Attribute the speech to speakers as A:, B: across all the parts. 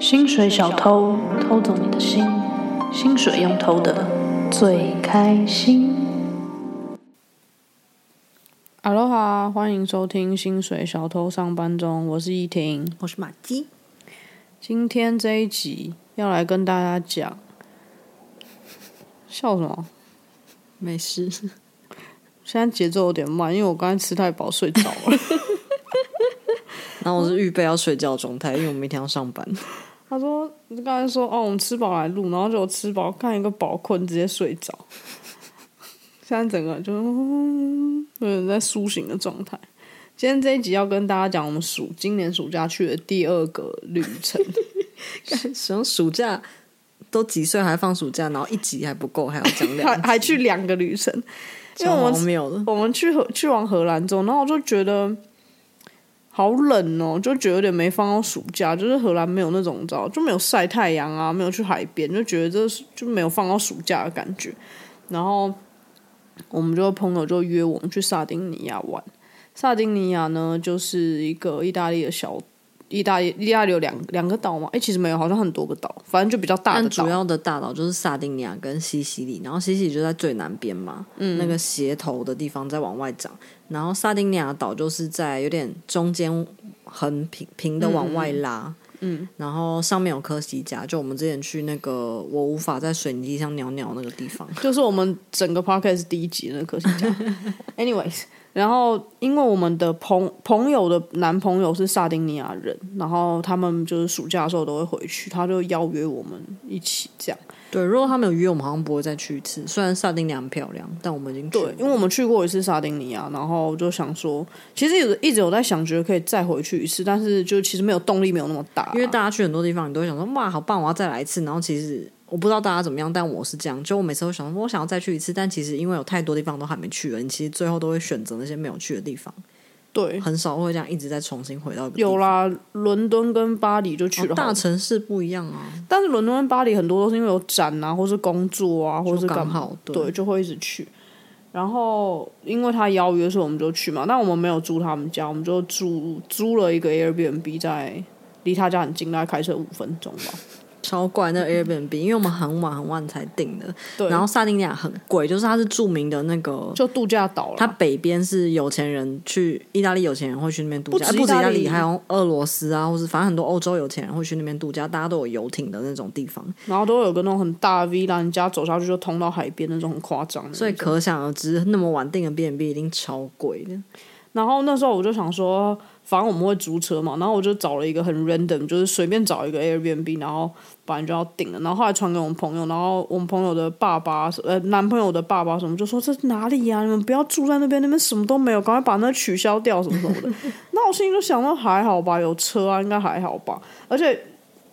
A: 薪水小偷偷走你的心，薪水用偷的最开心。
B: Aloha，欢迎收听《薪水小偷上班中》，我是依婷。
C: 我是马姬。
B: 今天这一集要来跟大家讲， 笑什么？
C: 没 事，
B: 现在节奏有点慢，因为我刚才吃太饱睡着了。
C: 然后我是预备要睡觉的状态，因为我明天要上 班。
B: 他说刚才说哦，我们吃饱来录，然后就吃饱看一个饱困，直接睡着。 现在整个就嗯有点在苏醒的状态。今天这一集要跟大家讲我们暑今年暑假去的第二个旅 程。
C: 什么暑假都几岁还放暑假，然后一集还不够， 还要讲
B: 还
C: 两集，
B: 还去两个旅程，因为
C: 超
B: 我
C: 荒
B: 们
C: 谬的。
B: 我们去荷去往荷兰之后，然后我就觉得好冷哦，就觉得有点没放到暑假，就是荷兰没有那种你知道就没有晒太阳啊，没有去海边，就觉得这是就没有放到暑假的感觉。然后我们就朋友就约我们去萨丁尼亚玩。萨丁尼亚呢，就是一个意大利的小。意大利意大利有两两个岛嘛？哎、其实没有，好像很多个岛，反正就比较大的
C: 但
B: 岛
C: 主。要的大岛就是萨丁尼亚跟西西里，然后西西里就在最南边嘛，那个斜头的地方在往外长，然后萨丁尼亚岛就是在有点中间横平平的往外拉，嗯，然后上面有科西嘉，就我们之前去那个我无法在水泥地上尿尿那个地方，
B: 就是我们整个 podcast 第一集的那个可惜讲。Anyways，然后因为我们的朋朋友的男朋友是萨丁尼亚人，然后他们就是暑假的时候都会回去，他就邀约我们一起这样。
C: 对，如果他们有约我们，好像不会再去一次。虽然萨丁尼亚很漂亮，但我们已经去
B: 对
C: 了，
B: 因为我们去过一次萨丁尼亚，然后就想说，其实有一直有在想，觉得可以再回去一次，但是就其实没有动力，没有那么大，
C: 因为大家去很多地方，你都会想说哇，好棒，我要再来一次。然后其实我不知道大家怎么样，但我是这样，就我每次都想说我想要再去一次，但其实因为有太多地方都还没去了，你其实最后都会选择那些没有去的地方，
B: 对。
C: 很少会这样一直在重新回到一个地方
B: 有。啦，伦敦跟巴黎就去
C: 哦
B: 了好
C: 大
B: 多、
C: 城市不一样啊，
B: 但是伦敦跟巴黎很多都是因为有展啊，或是工作啊，或是
C: 就
B: 干
C: 刚
B: 嘛
C: 好
B: 对，就会一直去。然后因为他邀约，所以我们就去嘛。但我们没有住他们家，我们就住租了一个 Airbnb，在离他家很近，大概开车五分钟 吧。
C: 超怪那个 Airbnb，因为我们很晚很晚才订的，
B: 嗯对，
C: 然后萨丁尼亚很贵，就是它是著名的那个
B: 就度假岛了。
C: 它北边是有钱人去意大利，有钱人会去那边度假，
B: 不止
C: 哎不止
B: 意
C: 意
B: 大
C: 大
B: 利
C: 利，还有俄罗斯啊，或是反正很多欧洲有钱人会去那边度假，大家都有游艇的那种地方，
B: 然后都有个那种很大的 villa，你家走下去就通到海边那种，很夸张的那种。
C: 所以可想而知，那么晚订的 B&B 一定超贵的。
B: 然后那时候我就想说，反正我们会租车嘛，然后我就找了一个很 random，就是随便找一个 Airbnb，然后本来就要订了，然后后来传给我们朋友，然后我们朋友的爸爸，呃，男朋友的爸爸什么就说这哪里呀、你们不要住在那边，那边什么都没有，赶快把那取消掉什么什么的。那我心里就想说还好吧，有车啊，应该还好吧，而且。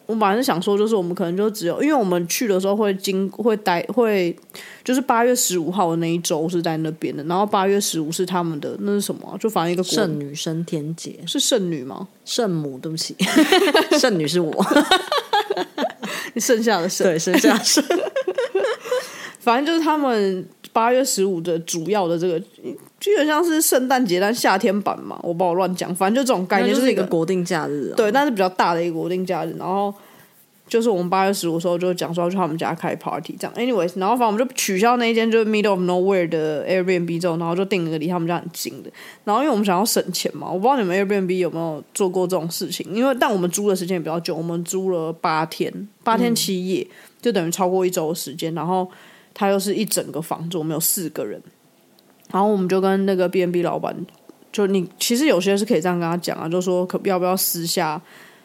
B: 我本来是想说，就是我们可能就只有，因为我们去的时候会经会待会就是八月十五号的那一周是在那边的，然后八月十五是他们的那是什么啊、就反正一个国
C: 圣女升天节，
B: 是圣女吗？
C: 圣母，对不 起，圣女是我，
B: 剩下的圣，
C: 对，剩下圣。
B: 反正就是他们八月十五的主要的这个，就有点像是圣诞节但夏天版嘛，我不好乱讲，反正就这种概
C: 感觉
B: 念，
C: 就是是
B: 一
C: 一
B: 个
C: 个国定假日啊，
B: 对，但是比较大的一个国定假日。然后就是我们八月十五的时候就讲说要去他们家开 party 这样，anyways，然后反正我们就取消那一间就是 middle of nowhere 的 Airbnb 之后，然后就订了一个离他们家很近的。然后因为我们想要省钱嘛，我不知道你们 Airbnb 有没有做过这种事情，因为但我们租的时间也比较久，我们租了八天，八天七夜，就等于超过一周的时间。然后它又是一整个房子，我们有四个人，然后我们就跟那个 B&B 老板。就你其实有些是可以这样跟他讲啊，就说可要不要私下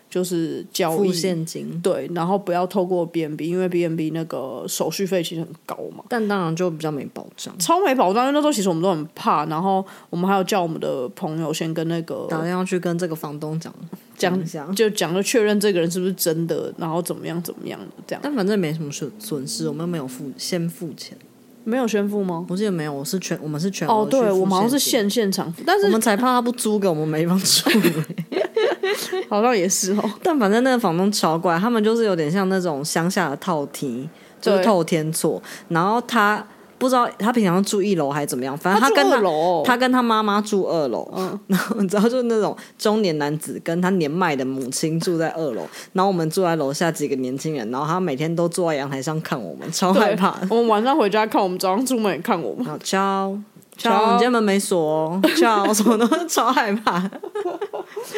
B: 就是交易
C: 付现金。
B: 对，然后不要透过 B N B，因为 B N B 那个手续费其实很高嘛，
C: 但当然就比较没保障，
B: 超没保障。因为那时候其实我们都很怕，然后我们还有叫我们的朋友先跟那个
C: 打电话去跟这个房东讲讲一下。
B: 就讲了确认这个人是不是真的，然后怎么样怎么样的这样。
C: 但反正没什么损损失，我们又没有付先付钱。
B: 没有宣布吗？
C: 我记得没有，我是全我们是全
B: 哦，
C: 额去
B: 对，
C: 付
B: 我们好像是
C: 现
B: 现现场付，但
C: 金，我
B: 是
C: 们才怕他不租给我们没房 住。
B: 好像也是哦。
C: 但反正那个房东超怪，他们就是有点像那种乡下的套厅，就是
B: 对
C: 透天厝。然后他不知道他平常住一楼还是怎么样，反正
B: 他
C: 跟啊他
B: 住二楼哦嗯
C: 他跟他妈妈住二楼，然后你知道就是那种中年男子跟他年迈的母亲住在二楼，然后我们住在楼下几个年轻人，然后他每天都坐在阳台上看我们，超
B: 对
C: 害怕。
B: 我们晚上回家看，我们早上出门也看我们。
C: 好，敲敲，你家门没锁哦， 敲什么都超害怕，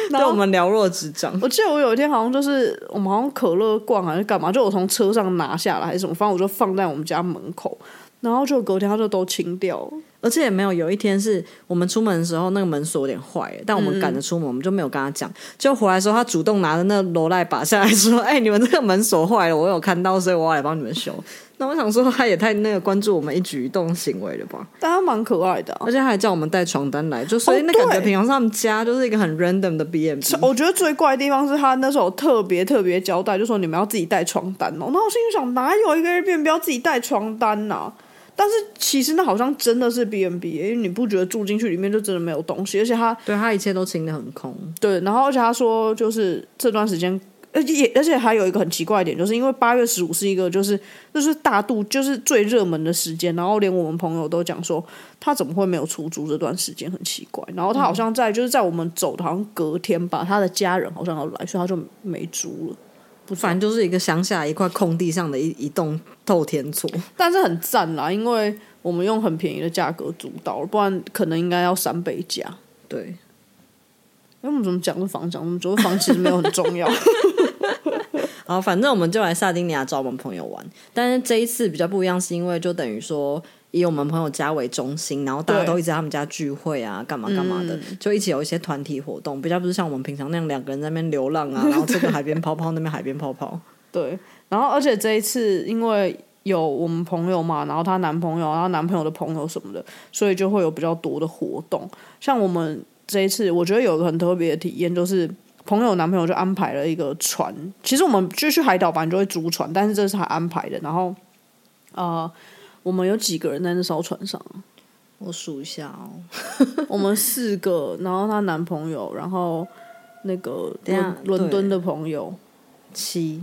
C: 对我们了若指掌。
B: 我记得我有一天好像就是我们好像可乐罐还是干嘛，就我从车上拿下来还是什么，反正我就放在我们家门口，然后就隔天它就都清掉了。
C: 而且也没有，有一天是我们出门的时候，那个门锁有点坏了，但我们赶着出门，我们就没有跟他讲。就回来的时候，他主动拿着那个罗赖把下来说：“ 哎、你们这个门锁坏了，我有看到，所以我要来帮你们修。”那我想说，他也太那个关注我们一举一动行为了吧？
B: 但它蛮可爱的、啊
C: 而。且他还叫我们带床单来，就所以那感觉
B: 对哦
C: 平常他们家就是一个很 random 的 B M。
B: 我觉得最怪的地方是他那时候特别特别交代，就说你们要自己带床单哦。那我心里想，哪有一个 Airbnb 要自己带床单呐、但是其实那好像真的是 B N B，因为你不觉得住进去里面就真的没有东西，而且他
C: 对他一切都清的很空，
B: 对，然后而且他说就是这段时间，而且也而且还有一个很奇怪的点，就是因为八月十五是一个就是就是大度就是最热门的时间，然后连我们朋友都讲说他怎么会没有出租这段时间很奇怪，然后他好像在、就是在我们走的好像隔天吧，他的家人好像要来，所以他就没租了。
C: 反正就是一个乡下一块空地上的一一栋透天厝。
B: 但是很赞啦，因为我们用很便宜的价格租到了，不然可能应该要三倍价。
C: 对，
B: 哎，我们怎么讲这房讲？我们觉得房其实没有很重要。
C: 好，反正我们就来萨丁尼亚找我们朋友玩，但是这一次比较不一样，是因为就等于说以我们朋友家为中心，然后大家
B: 对
C: 都一直在他们家聚会啊，干嘛干嘛的，就一起有一些团体活动，比较不是像我们平常那样两个人在那边流浪啊，然后这个海边泡泡，那边海边泡泡。
B: 对，然后而且这一次因为有我们朋友嘛，然后她男朋友，然后男朋友的朋友什么的，所以就会有比较多的活动。像我们这一次，我觉得有个很特别的体验，就是朋友男朋友就安排了一个船。其实我们就去海岛吧，你就会租船，但是这是他安排的。然后，呃，我们有几个人在那艘船上啊？
C: 我数一下哦，
B: 我们四个，然后她男朋友，然后那个
C: 等一下
B: 伦伦敦的
C: 对
B: 朋友，
C: 七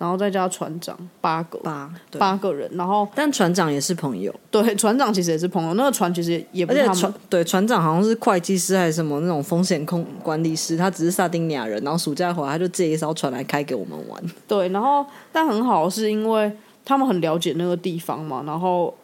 B: 然后再加船长，八个。
C: 八对
B: 八个人，然后
C: 但船长也是朋友，
B: 对，船长其实也是朋友，那个船其实也不
C: 而
B: 是
C: 且
B: 他
C: 船
B: 们。
C: 对船长好像是会计师还是什么那种风险控管理师，他只是萨丁尼亚人，然后暑假回来他就借一艘船来开给我们玩。
B: 对，然后但很好，是因为他们很了解那个地方嘛，然后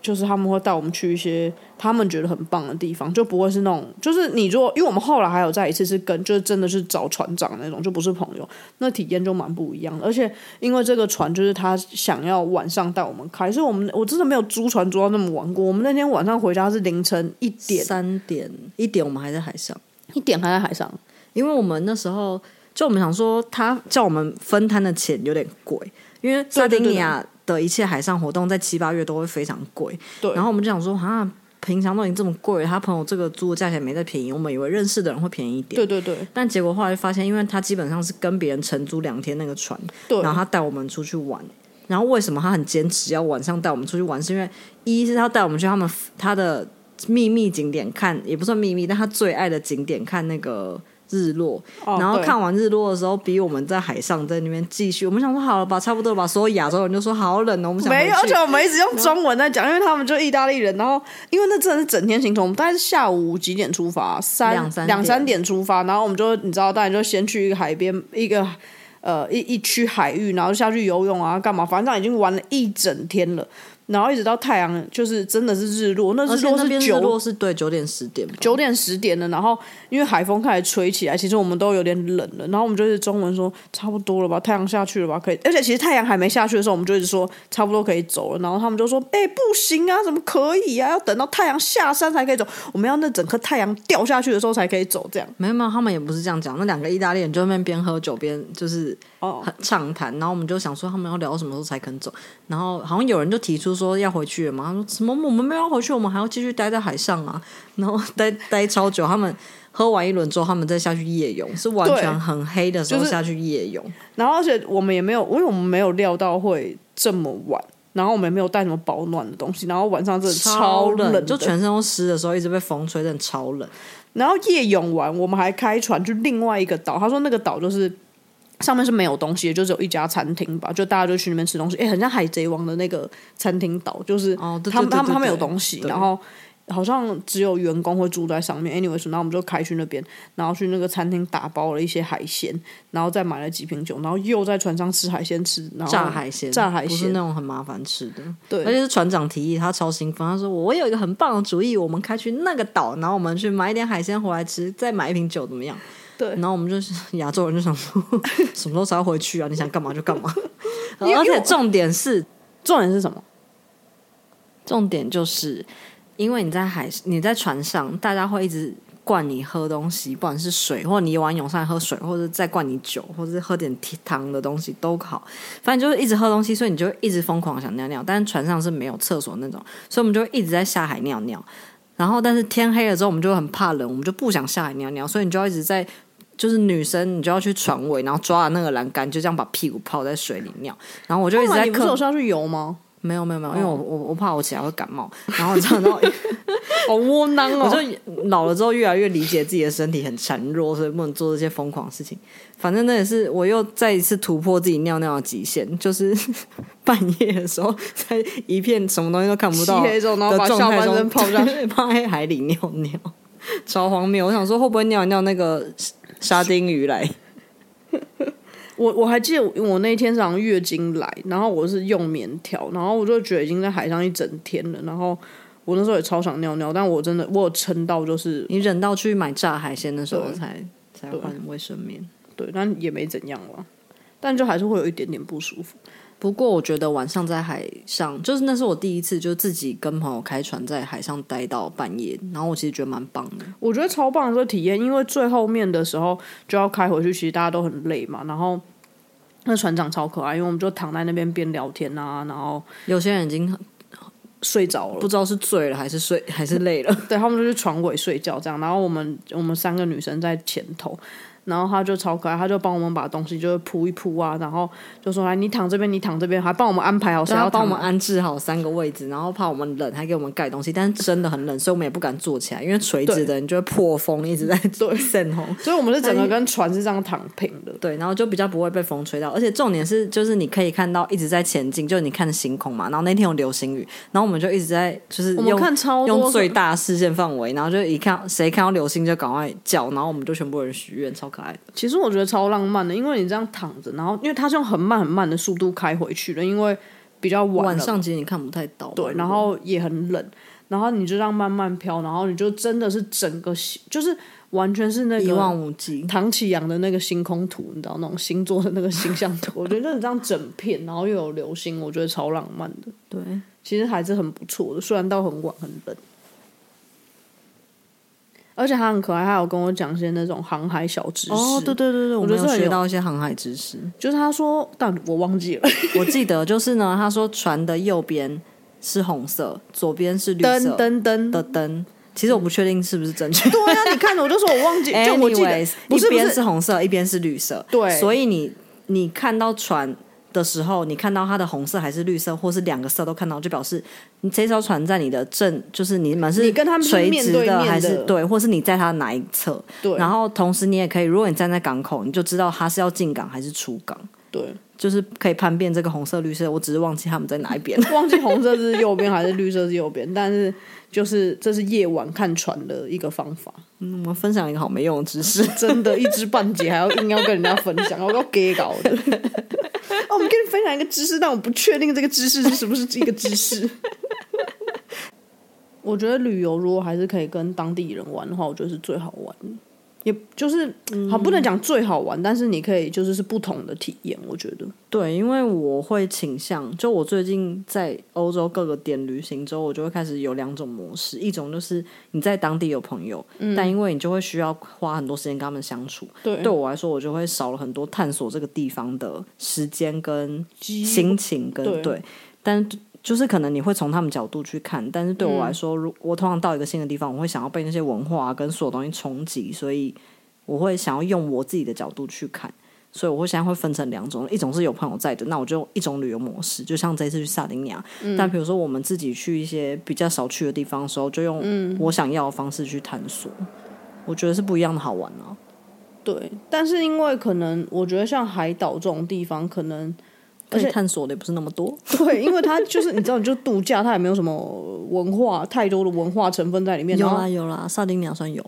B: 就是他们会带我们去一些他们觉得很棒的地方，就不会是那种就是你如果因为我们后来还有再一次是跟就是真的是找船长那种，就不是朋友，那体验就蛮不一样的。而且因为这个船就是他想要晚上带我们开，所以我们我真的没有租船租到那么晚过。我们那天晚上回家是凌晨一点，
C: 三点一点，我们还在海上，
B: 一点还在海上。
C: 因为我们那时候就我们想说，他叫我们分摊的钱有点贵，因为萨丁尼亚的一切海上活动在七八月都会非常贵。
B: 对
C: 然后我们就想说，啊，平常都已经这么贵了，他朋友这个租的价钱没再便宜，我们以为认识的人会便宜一点。
B: 对对对
C: 但结果后来发现，因为他基本上是跟别人承租两天那个船，
B: 对，
C: 然后他带我们出去玩。然后为什么他很坚持要晚上带我们出去玩？是因为一是他带我们去他们他的秘密景点看，也不算秘密，但他最爱的景点看那个日落。
B: 哦
C: 然后
B: 对
C: 看完日落的时候，比我们在海上在那边继续。我们想说好了吧，差不多了吧。所有亚洲人就说好冷哦，我们想回
B: 没有，而
C: 去
B: 且。我们一直用中文在讲，因为他们就意大利人，然后因为那真的是整天行程，我们大概是下午几点出发，三
C: 两三点
B: 两三点出发，然后我们就你知道，当然就先去一个海边一个。呃，一一区海域，然后下去游泳啊，干嘛？反正已经玩了一整天了，然后一直到太阳就是真的是日落，那
C: 而
B: 日
C: 且
B: 落
C: 那
B: 是
C: 边日
B: 九
C: 落是对九点十点吧，
B: 九点十点了，然后因为海风开始吹起来，其实我们都有点冷了，然后我们就是中文说差不多了吧，太阳下去了吧，可以。而且其实太阳还没下去的时候，我们就一直说差不多可以走了，然后他们就说哎、不行啊，怎么可以啊？要等到太阳下山才可以走，我们要那整颗太阳掉下去的时候才可以走，这样。
C: 没有没有，他们也不是这样讲。那两个意大利人就在那边边喝酒边就是
B: 哦
C: 很畅谈，然后我们就想说他们要聊什么时候才肯走。然后好像有人就提出说要回去了嘛，他说什么我们没有要回去，我们还要继续待在海上啊， 然后待待超久。他们喝完一轮之后，他们再下去夜泳，是完全
B: 对
C: 很黑的时候
B: 就是
C: 下去夜泳。
B: 然后而且我们也没有，因为我们没有料到会这么晚，然后我们也没有带什么保暖的东西，然后晚上真的超
C: 冷，
B: 冷
C: 就
B: 的
C: 全身都湿的时候，一直被风吹，真的超冷。
B: 然后夜泳完，我们还开船去另外一个岛。他说那个岛就是上面是没有东西的，就只有一家餐厅吧，就大家就去那边吃东西。哎，很像海贼王的那个餐厅岛，就是
C: 哦对对
B: 他们
C: 对
B: 他们
C: 对
B: 他们有
C: 对
B: 东西，
C: 对
B: 然后好像只有员工会住在上面。anyway，然后我们就开去那边，然后去那个餐厅打包了一些海鲜，然后再买了几瓶酒，然后又在船上吃海鲜吃，然后
C: 炸海鲜，
B: 炸海
C: 不是
B: 鲜
C: 那种很麻烦吃的。
B: 对
C: 而且是船长提议，他超兴奋，他说我有一个很棒的主意，我们开去那个岛，然后我们去买一点海鲜回来吃，再买一瓶酒，怎么样？
B: 对
C: 然后我们就是亚洲人就想说， 什么时候才要回去啊？你想干嘛就干嘛。
B: 因为
C: 而且重点是，
B: 重点是什么？
C: 重点就是，因为你在海，你在船上，大家会一直灌你喝东西，不管是水，或你游完泳上来喝水，或者再灌你酒，或者是喝点糖的东西都好，反正就是一直喝东西，所以你就会一直疯狂想尿尿。但是船上是没有厕所那种，所以我们就会一直在下海尿尿。然后，但是天黑了之后，我们就很怕冷，我们就不想下海尿尿，所以你就要一直在。就是女生，你就要去船尾，然后抓着那个栏杆，就这样把屁股泡在水里尿。然后我就一直
B: 后来哦
C: 在
B: 你不是
C: 克
B: 有下去游吗？
C: 没有没有没有，
B: 哦
C: 因为我我我怕我起来会感冒， 然后你知道，然后
B: 好窝囊
C: 我
B: 哦！
C: 就老了之后越来越理解自己的身体很孱弱，所以不能做这些疯狂的事情。反正那也是我又再一次突破自己尿尿的极限， 就是半夜的时候，在一片什么东西都看不 到
B: 漆黑中然后
C: 的
B: 把
C: 状态
B: 下半身
C: 中，
B: 泡下
C: 去，泡在海里尿尿， 超荒谬。我想说会不会尿一尿那个沙丁鱼来？
B: 我我还记得我我那天早上月经来，然后我是用棉条，然后我就觉得已经在海上一整天了，然后我那时候也超想尿尿，但我真的我有撑到就是
C: 你忍到去买炸海鲜的时候
B: 对
C: 才才换卫生棉。
B: 对，但也没怎样了，但就还是会有一点点不舒服。
C: 不过我觉得晚上在海上，就是那是我第一次，就自己跟朋友开船在海上待到半夜，然后我其实觉得蛮棒的。
B: 我觉得超棒的这个体验，因为最后面的时候就要开回去，其实大家都很累嘛，然后。那船长超可爱，因为我们就躺在那边边聊天啊，然后
C: 有些人已经
B: 睡着了
C: 不，知道是醉了还是睡还是累了，
B: 对他啊们就去床尾睡觉这样，然后我们我们三个女生在前头，然后他就超可爱，他就帮我们把东西就是铺一铺啊，然后就说来你躺这边，你躺这边，还帮我们安排好谁
C: 然后
B: 要
C: 帮我
B: 躺
C: 们
B: 哪。
C: 安置好三个位置，然后怕我们冷，还给我们盖东西，但是真的很冷，所以我们也不敢坐起来，因为垂直的你就会破风，一直在对 渗红。
B: 所以我们是整个跟船是这样躺平的，
C: 对，然后就比较不会被风吹到，而且重点是，就是你可以看到一直在前进，就是你看星空嘛。然后那天有流星雨，然后我们就一直在就是
B: 我们
C: 用
B: 看超多
C: 用最大视线范围，然后就一看谁看到流星就赶快叫，然后我们就全部人许愿，超可爱的。
B: 其实我觉得超浪漫的，因为你这样躺着，然后因为他是用很慢很慢的速度开回去的，因为比较晚了
C: 晚上其实你看不太到嘛，
B: 对，然后也很冷，然后你就这样慢慢飘，然后你就真的是整个就是完全是那个
C: 一望无际，
B: 唐启阳的那个星空图，你知道那种星座的那个星象图， 我觉得你这样整片，然后又有流星，我觉得超浪漫的。
C: 对，
B: 其实还是很不错的，虽然到很晚很冷，而且他很可爱，他有跟我讲一些那种航海小知识。
C: 哦，对，对对对，我
B: 觉
C: 们
B: 得
C: 有
B: 这很
C: 学
B: 有
C: 到一些航海知识。
B: 就是他说，但我忘记了。
C: 我记得就是呢，他说船的右边是红色，左边是绿
B: 噔
C: 色
B: 噔噔，
C: 的灯。其实我不确定是不是正确，
B: 对啊，你看我就说我 忘记，就我记得
C: Anyways，
B: 不是
C: 一
B: 不
C: 边
B: 是
C: 是红色，一边是绿色。
B: 对
C: 所以你你看到船的时候，你看到它的红色还是绿色，或是两个色都看到，就表示你这艘船在你的正，就是你们是
B: 你跟他们是
C: 垂
B: 面
C: 直
B: 对面的
C: 还是对，或是你在它哪一侧。
B: 对
C: 然后同时你也可以，如果你站在港口，你就知道它是要进港还是出港，
B: 对，
C: 就是可以判辨这个红色、绿色。我只是忘记他们在哪一 边。
B: 忘记红色是右边还是绿色是右边，但是就是这是夜晚看船的一个方法。
C: 嗯我们分享一个好没用的知识。
B: 真的，一知半解还要硬要跟人家分享，我都给搞 的。哦，我们跟你分享一个知识，但我不确定这个知识是是不是一个知识。我觉得旅游如果还是可以跟当地人玩的话，我觉得是最好玩的，也就是好不能讲最好玩，但是你可以就是是不同的体验，我觉得。
C: 对，因为我会倾向，就我最近在欧洲各个点旅行之后，我就会开始有两种模式，一种就是你在当地有朋友，但因为你就会需要花很多时间跟他们相处。
B: 对
C: 对我来说，我就会少了很多探索这个地方的时间跟心情跟
B: 对
C: 但就是可能你会从他们角度去看，但是对我来说，如我通常到一个新的地方，我会想要被那些文化啊跟所有东西冲击，所以我会想要用我自己的角度去看。所以我会现在会分成两种，一种是有朋友在的，那我就用一种旅游模式，就像这一次去萨丁尼亚。但比如说我们自己去一些比较少去的地方的时候，就用我想要的方式去探索，我觉得是不一样的好玩啊。
B: 对，但是因为可能我觉得像海岛这种地方，可能
C: 而且
B: 且
C: 探索的也不是那么多。
B: 对，因为它就是你知道，你就度假，它也没有什么文化太多的文化成分在里面，
C: 有
B: 然
C: 啦
B: 后
C: 有啦，萨丁鸟算有，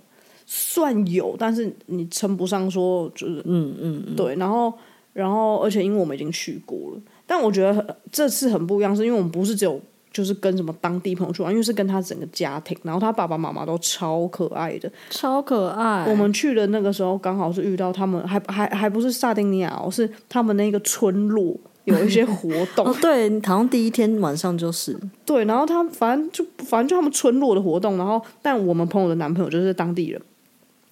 B: 算有，但是你称不上说就是
C: 嗯嗯嗯，
B: 对，然后然后而且因为我们已经去过了，但我觉得很这次很不一样，是因为我们不是只有就是跟什么当地朋友去玩，因为是跟他整个家庭，然后他爸爸妈妈都超可爱的。
C: 超可爱。
B: 我们去的那个时候刚好是遇到他们，还还还不是萨丁尼亚哦，是他们那个村落。有一些活动
C: 哦，，对，好像第一天晚上就是
B: 对，然后他反正就反正就他们村落的活动，然后但我们朋友的男朋友就是当地人，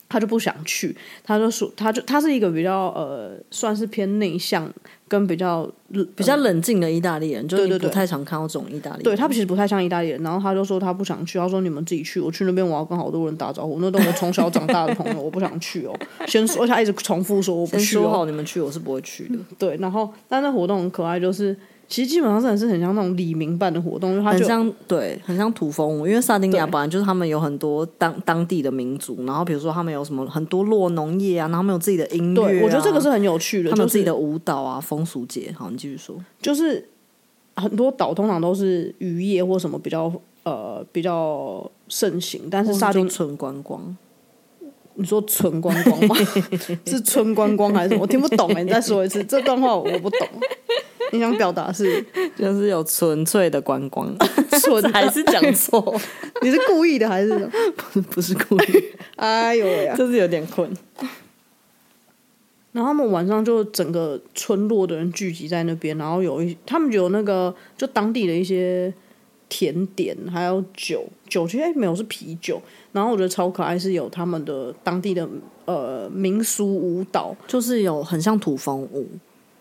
B: 他就不想去，他就说他就他是一个比较呃算是偏内向跟比较
C: 比较冷静的意大利人，就
B: 对
C: 是你
B: 对
C: 不
B: 对
C: 太常看到这种意大利人。
B: 对他其实不太像意大利人，然后他就说他不想去，他说你们自己去，我去那边我要跟好多人打招呼，那都我从小长大的朋友，我不想去哦。先说，而且他一直重复说我不
C: 先
B: 去
C: 说好
B: 哦。
C: 你们去，我是不会去的，
B: 对，然后但那活动很可爱，就是其实基本上真的是很像那种李明办的活动，因为他
C: 很
B: 就
C: 像对，很像土风舞，因为萨丁尼亚
B: 对
C: 本来就是他们有很多当当地的民族，然后比如说他们有什么很多落农业啊，然后他们有自己的音乐、啊，
B: 对我觉得这个是很有趣的，
C: 他们有
B: 就
C: 自己
B: 是
C: 的舞蹈啊，风俗节。好，你继续说。
B: 就是很多岛通常都是渔业或什么比较呃比较盛行，但是
C: 或
B: 沙
C: 哦就
B: 丁
C: 纯 观光，
B: 你说纯观光吗？是春观光还是什么？我听不懂哎、你再说一次这段话，我不懂。你想表达是
C: 就是有纯粹的观 光，
B: 纯的
C: 还是讲 错？
B: 你是故意的还是什么？
C: 不是故意，
B: 哎呦喂、啊！
C: 就是有点困。
B: 然后他们晚上就整个村落的人聚集在那边，然后有一他们有那个就当地的一些甜点，还有酒，酒其实哎没有是啤酒。然后我觉得超可爱，是有他们的当地的呃民俗舞蹈，
C: 就是有很像土风舞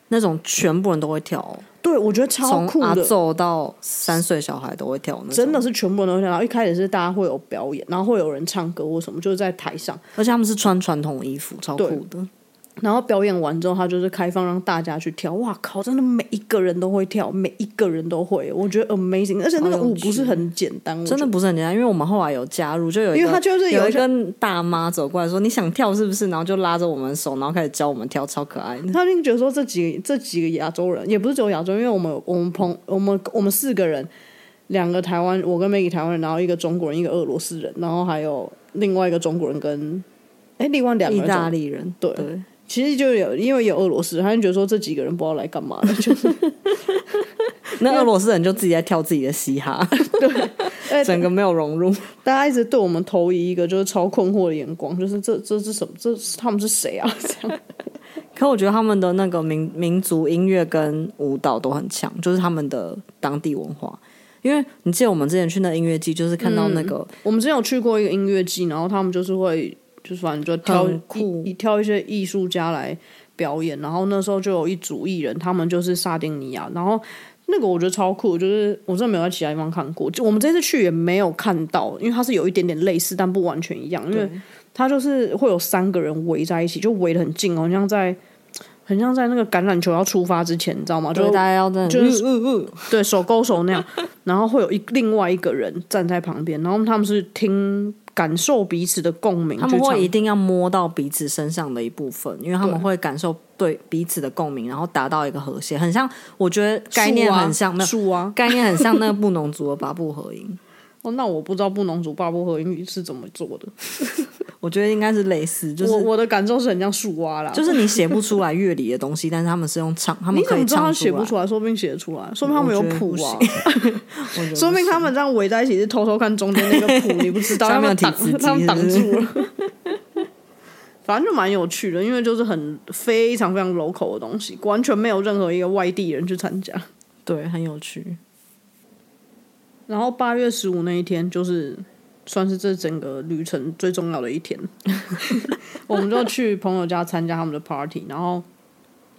C: 那种，全部人都会跳、哦，
B: 对我觉得超
C: 从
B: 酷
C: 阿
B: 的。
C: 奏到三岁小孩都会跳那种
B: 真的，是全部人都会跳，然后一开始是大家会有表演，然后会有人唱歌或什么，就是在台上，
C: 而且他们是穿传统衣服，超
B: 对
C: 酷的。
B: 然后表演完之后，他就是开放让大家去跳。哇靠，真的每一个人都会跳，每一个人都会，我觉得 amazing。而且那个
C: 好有
B: 舞
C: 趣
B: 不是很简单，我
C: 真的
B: 觉得
C: 不是很简单，因为我们后来有加入，就有一个
B: 因为他就是有
C: 有一
B: 一些
C: 个大妈走过来说：“你想跳是不是？”然后就拉着我们手，然后开始教我们跳，超可爱的。
B: 他就觉得说这几这几个亚洲人，也不是只有亚洲，因为我们我们朋我们我们四个人，两个台湾，我跟 Maggie 台湾人，然后一个中国人，一个俄罗斯人，然后还有另外一个中国人跟哎另外两个
C: 意
B: 人中
C: 大利人，
B: 对
C: 对，
B: 其实就有因为有俄罗斯人，他就觉得说这几个人不知道来干嘛的， 就是
C: 那俄罗斯人就自己在跳自己的嘻哈，
B: 哎
C: 整个没有融入。
B: 大家一直对我们投以一个就是超困惑的眼光，就是这这是什么？这是他们是谁啊？这样
C: 可我觉得他们的那个民民族音乐跟舞蹈都很强，就是他们的当地文化。因为你记得我们之前去那音乐季，就是看到那个
B: 我们之前有去过一个音乐季，然后他们就是会就是反正就挑
C: 很酷
B: 一一挑一些艺术家来表演，然后那时候就有一组艺人，他们就是萨丁尼亚，然后。那个我觉得超酷，就是我真的没有在其他地方看过，就我们这次去也没有看到，因为它是有一点点类似，但不完全一样，因为它就是会有三个人围在一起，就围得很近哦，好像在，很像在那个橄榄球要出发之前，你知道吗？就
C: 对大家要在
B: 就是
C: 嗯嗯嗯
B: 对手勾手那样， 然后会有一另外一个人站在旁边，然后他们是听感受彼此的共鸣，
C: 他们
B: 去唱
C: 会一定要摸到彼此身上的一部分，因为他们
B: 对
C: 会感受对彼此的共鸣，然后达到一个和谐，很像我觉得概念很像，没有
B: 树啊。
C: 概念很像那个布农族的八部合音，
B: 哦，那我不知道布农族巴布和英语是怎么做的，
C: 我觉得应该是类似，就是
B: 我我的感受是很像树蛙啦。
C: 就是你写不出来乐理的东西，但是他们是用唱，他们
B: 你
C: 可
B: 怎
C: 以
B: 么知道
C: 唱
B: 他写
C: 出
B: 不
C: 来
B: 出。来？说不定写得出来，说明他们有谱
C: 我觉
B: 啊
C: 得，
B: 说明他们这样围在一起是偷偷看中间那个谱， 你不知道，
C: 上
B: 他
C: 面有
B: 们挡
C: 提词 机
B: 他们挡
C: 是不是
B: 住了。 反正就蛮有趣的，因为就是很非常非常 local 的东西，完全没有任何一个外地人去参加。
C: 对，很有趣。
B: 然后八月十五那一天就是算是这整个旅程最重要的一 天，我们就去朋友家参加他们的 party，然后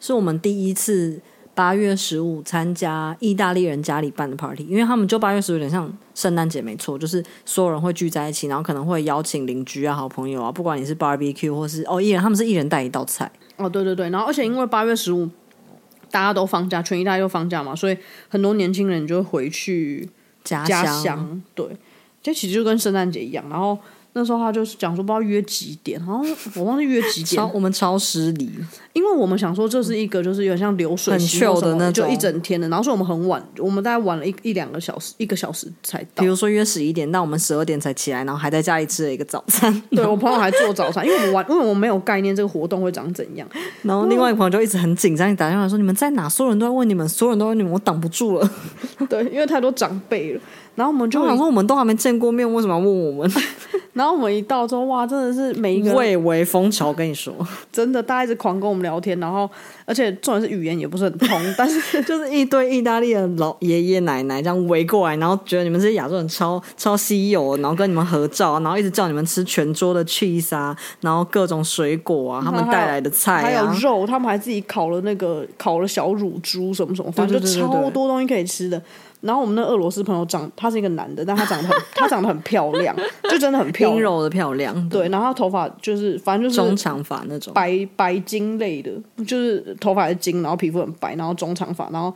C: 是我们第一次八月十五参加意大利人家里办的 party，因为他们就八月十五有点像圣诞节，没错，就是所有人会聚在一起，然后可能会邀请邻居啊、好朋友啊，不管你是 barbecue 或是哦，一人他们是一人带一道菜，
B: 哦对对对，然后而且因为八月十五大家都放假，全意大利都放假嘛，所以很多年轻人就回去
C: 家
B: 家
C: 乡
B: 乡，对，这其实就跟圣诞节一样，然后。那时候他就是讲说不知道约几点，好像我忘记约几点
C: 超，我们超失礼，
B: 因为我们想说这是一个就是有点像流水
C: 很
B: 席或
C: chill
B: 什么
C: 的那
B: 就一
C: 种
B: 整天的，然后所以我们很晚，我们大概晚了一一两个小时，一个小时才 到
C: 比。如说约十一点，那我们十二点才起来，然后还在家里吃了一个早餐。
B: 对我朋友还做早餐，因为我们玩，因为我们没有概念这个活动会长怎 样，
C: 然后另外一个朋友就一直很紧张，打电话说：“你们在哪？所有人都在问你们，所有人都在问你们，我挡不住了。
B: 对，因为太多长辈了。然后我们”就
C: 就，想说我们都还没见过面，为什么要问我们？
B: 然后我们一到之后，哇，真的是每一个人
C: 蔚为风潮，跟你说，
B: 真的大家一直狂跟我们聊天，然后而且重点是语言也不是很通，但是
C: 就是一堆意大利的老爷爷奶奶这样围过来，然后觉得你们这些亚洲人超超稀有，然后跟你们合照，啊然后一直叫你们吃全桌的 cheese 啊，然后各种水果啊，他们带来的
B: 还
C: 菜
B: 有
C: 啊，
B: 肉，他们还自己烤了那个烤了小乳猪什么什么，反正
C: 对
B: 就
C: 对对对
B: 超
C: 对
B: 多东西可以吃的。然后我们那俄罗斯朋友长，他是一个男的，但他长得很 他长得很漂亮，就真的很漂
C: 阴
B: 亮。
C: 柔的漂亮，
B: 对，然后他头发就是反正就
C: 中
B: 是
C: 长发那种，
B: 白白金类的，就是头发是金，然后皮肤很白，然后中长发，然后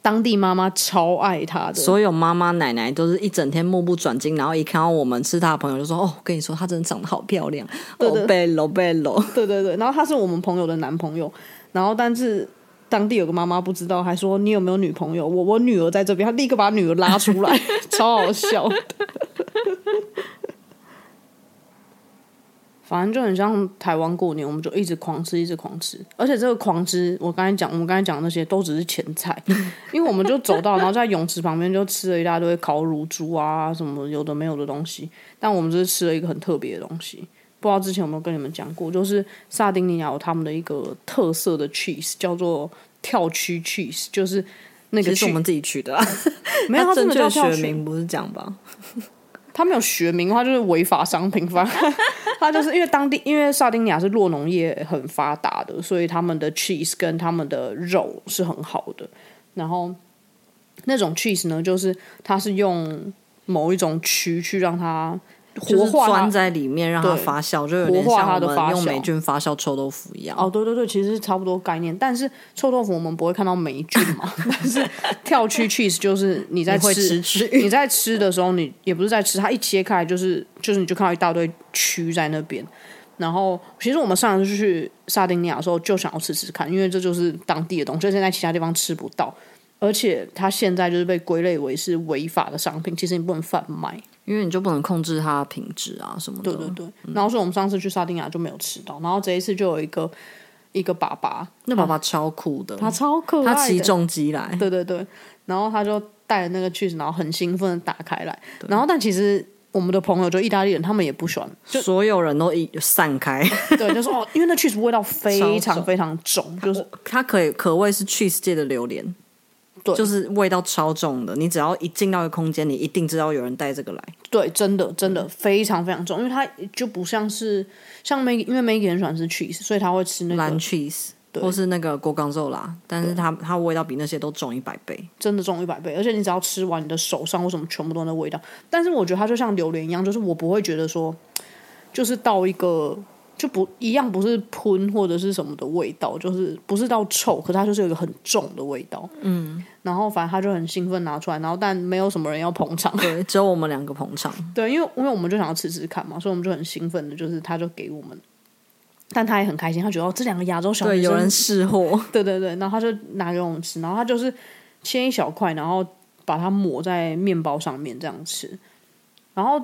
B: 当地妈妈超爱他的。
C: 所有妈妈奶奶都是一整天目不转睛，然后一看到我们是她的朋友，就说：“哦，我跟你说，她真的长得好漂亮，
B: 对
C: 哦贝罗贝罗。
B: 对对对，然后他是我们朋友的男朋友，然后但是当地有个妈妈不知道，还说你有没有女朋友？我我女儿在这边，他立刻把女儿拉出来， 超好笑的。反正就很像台湾过年，我们就一直狂吃，一直狂吃。而且这个狂吃，我刚才讲，我们刚才讲的那些都只是前菜， 因为我们就走到，然后在泳池旁边就吃了一大堆烤乳猪啊，什么有的没有的东西。但我们就是吃了一个很特别的东西，不知道之前有没有跟你们讲过，就是萨丁尼亚有他们的一个特色的 cheese，叫做跳区 cheese，就是那”个
C: 其实我
B: cheese-
C: 们自己取的、啊，
B: 没有它真
C: 正
B: 的
C: 确
B: 叫
C: 的
B: 跳
C: 学
B: 区，
C: 名不是这样吧？
B: 它没有学名，它就是违法商品，反 正它就是因为当地因为萨丁尼亚是落农业很发达的，所以他们的 cheese 跟他们的肉是很好的，然后那种 cheese 呢，就是它是用某一种蛆去让它
C: 就
B: 活
C: 是
B: 化它
C: 钻在里面让它
B: 对
C: 发酵，就有点
B: 活化
C: 像
B: 它的
C: 我
B: 发酵
C: 们用霉菌发酵臭豆腐一样。
B: 哦，对对对，其实是差不多概念，但是臭豆腐我们不会看到霉菌 嘛，但是跳区 cheese 就是你在
C: 你会
B: 吃
C: 吃吃
B: 你在吃的时候，你也不是在吃，它一切开就是就是你就看到一大堆蛆在那边。然后，其实我们上次去萨丁尼亚的时候就想要吃吃看，因为这就是当地的东西，现在其他地方吃不到，而且它现在就是被归类为是违法的商品，其实你不能贩卖。
C: 因为你就不能控制它的品质啊什么的。
B: 对对对，然后所以我们上次去萨丁尼亚就没有吃到，然后这一次就有一个一个爸爸，
C: 那爸爸超酷的，
B: 他超可爱的，
C: 他骑重机来，
B: 对对对，然后他就带了那个 cheese，然后很兴奋的打开来，然后但其实我们的朋友就意大利人，他们也不喜 欢，就
C: 所有人都一散开。
B: 对，就说哦，因为那 cheese 味道非
C: 超
B: 常
C: 重
B: 非常重，就是
C: 它可以可谓是 cheese 界的榴莲，
B: 对
C: 就是味道超重的。你只要一进到一个空间，你一定知道有人带这个来。
B: 对，真的真
C: 嗯
B: 的非常非常重，因为它就不像是像 Maggie，因为 Maggie 很喜欢吃 cheese，所以他会吃那
C: 蓝
B: 个
C: cheese，或是那个锅冈肉啦，但是它它味道比那些都重一百倍。
B: 真的重一百倍，而且你只要吃完，你的手上或什么全部都那味道。但是我觉得它就像榴莲一样，就是我不会觉得说，就是到一个就不一样，不是喷或者是什么的味道，就是不是到臭，可是它就是有一个很重的味道。嗯，然后反正他就很兴奋拿出来，然后但没有什么人要捧场，
C: 对，只有我们两个捧场，
B: 对，因为因为我们就想要吃吃看嘛，所以我们就很兴奋的，就是他就给我们。但他也很开心，他觉得、哦、这两个亚洲小
C: 对，
B: 女
C: 有
B: 生
C: 人试货，
B: 对对对，然后他就拿给我们吃，然后他就是切一小块，然后把它抹在面包上面这样吃。然后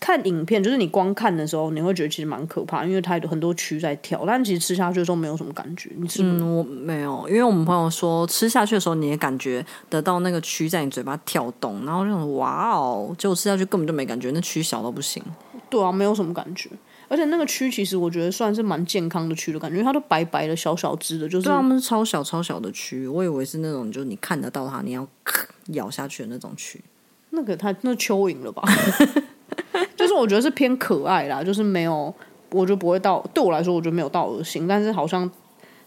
B: 看影片，就是你光看的时候，你会觉得其实蛮可怕，因为它有很多蛆在跳，但其实吃下去的时候没有什么感觉。你吃、
C: 嗯，我没有，因为我们朋友说吃下去的时候，你也感觉得到那个蛆在你嘴巴跳动，然后那种哇哦，结果吃下去根本就没感觉，那蛆小到不行。
B: 对啊，没有什么感觉。而且那个蛆其实我觉得算是蛮健康的蛆的感觉，因为它都白白的、小小只的，就是
C: 对啊，他们是超小超小的蛆，我以为是那种就是你看得到它，你要咔咬下去的那种蛆。
B: 那个它那蚯蚓了吧？ 就是我觉得是偏可爱啦，就是没有，我就不会到对我来说，我觉得没有到恶心，但是好像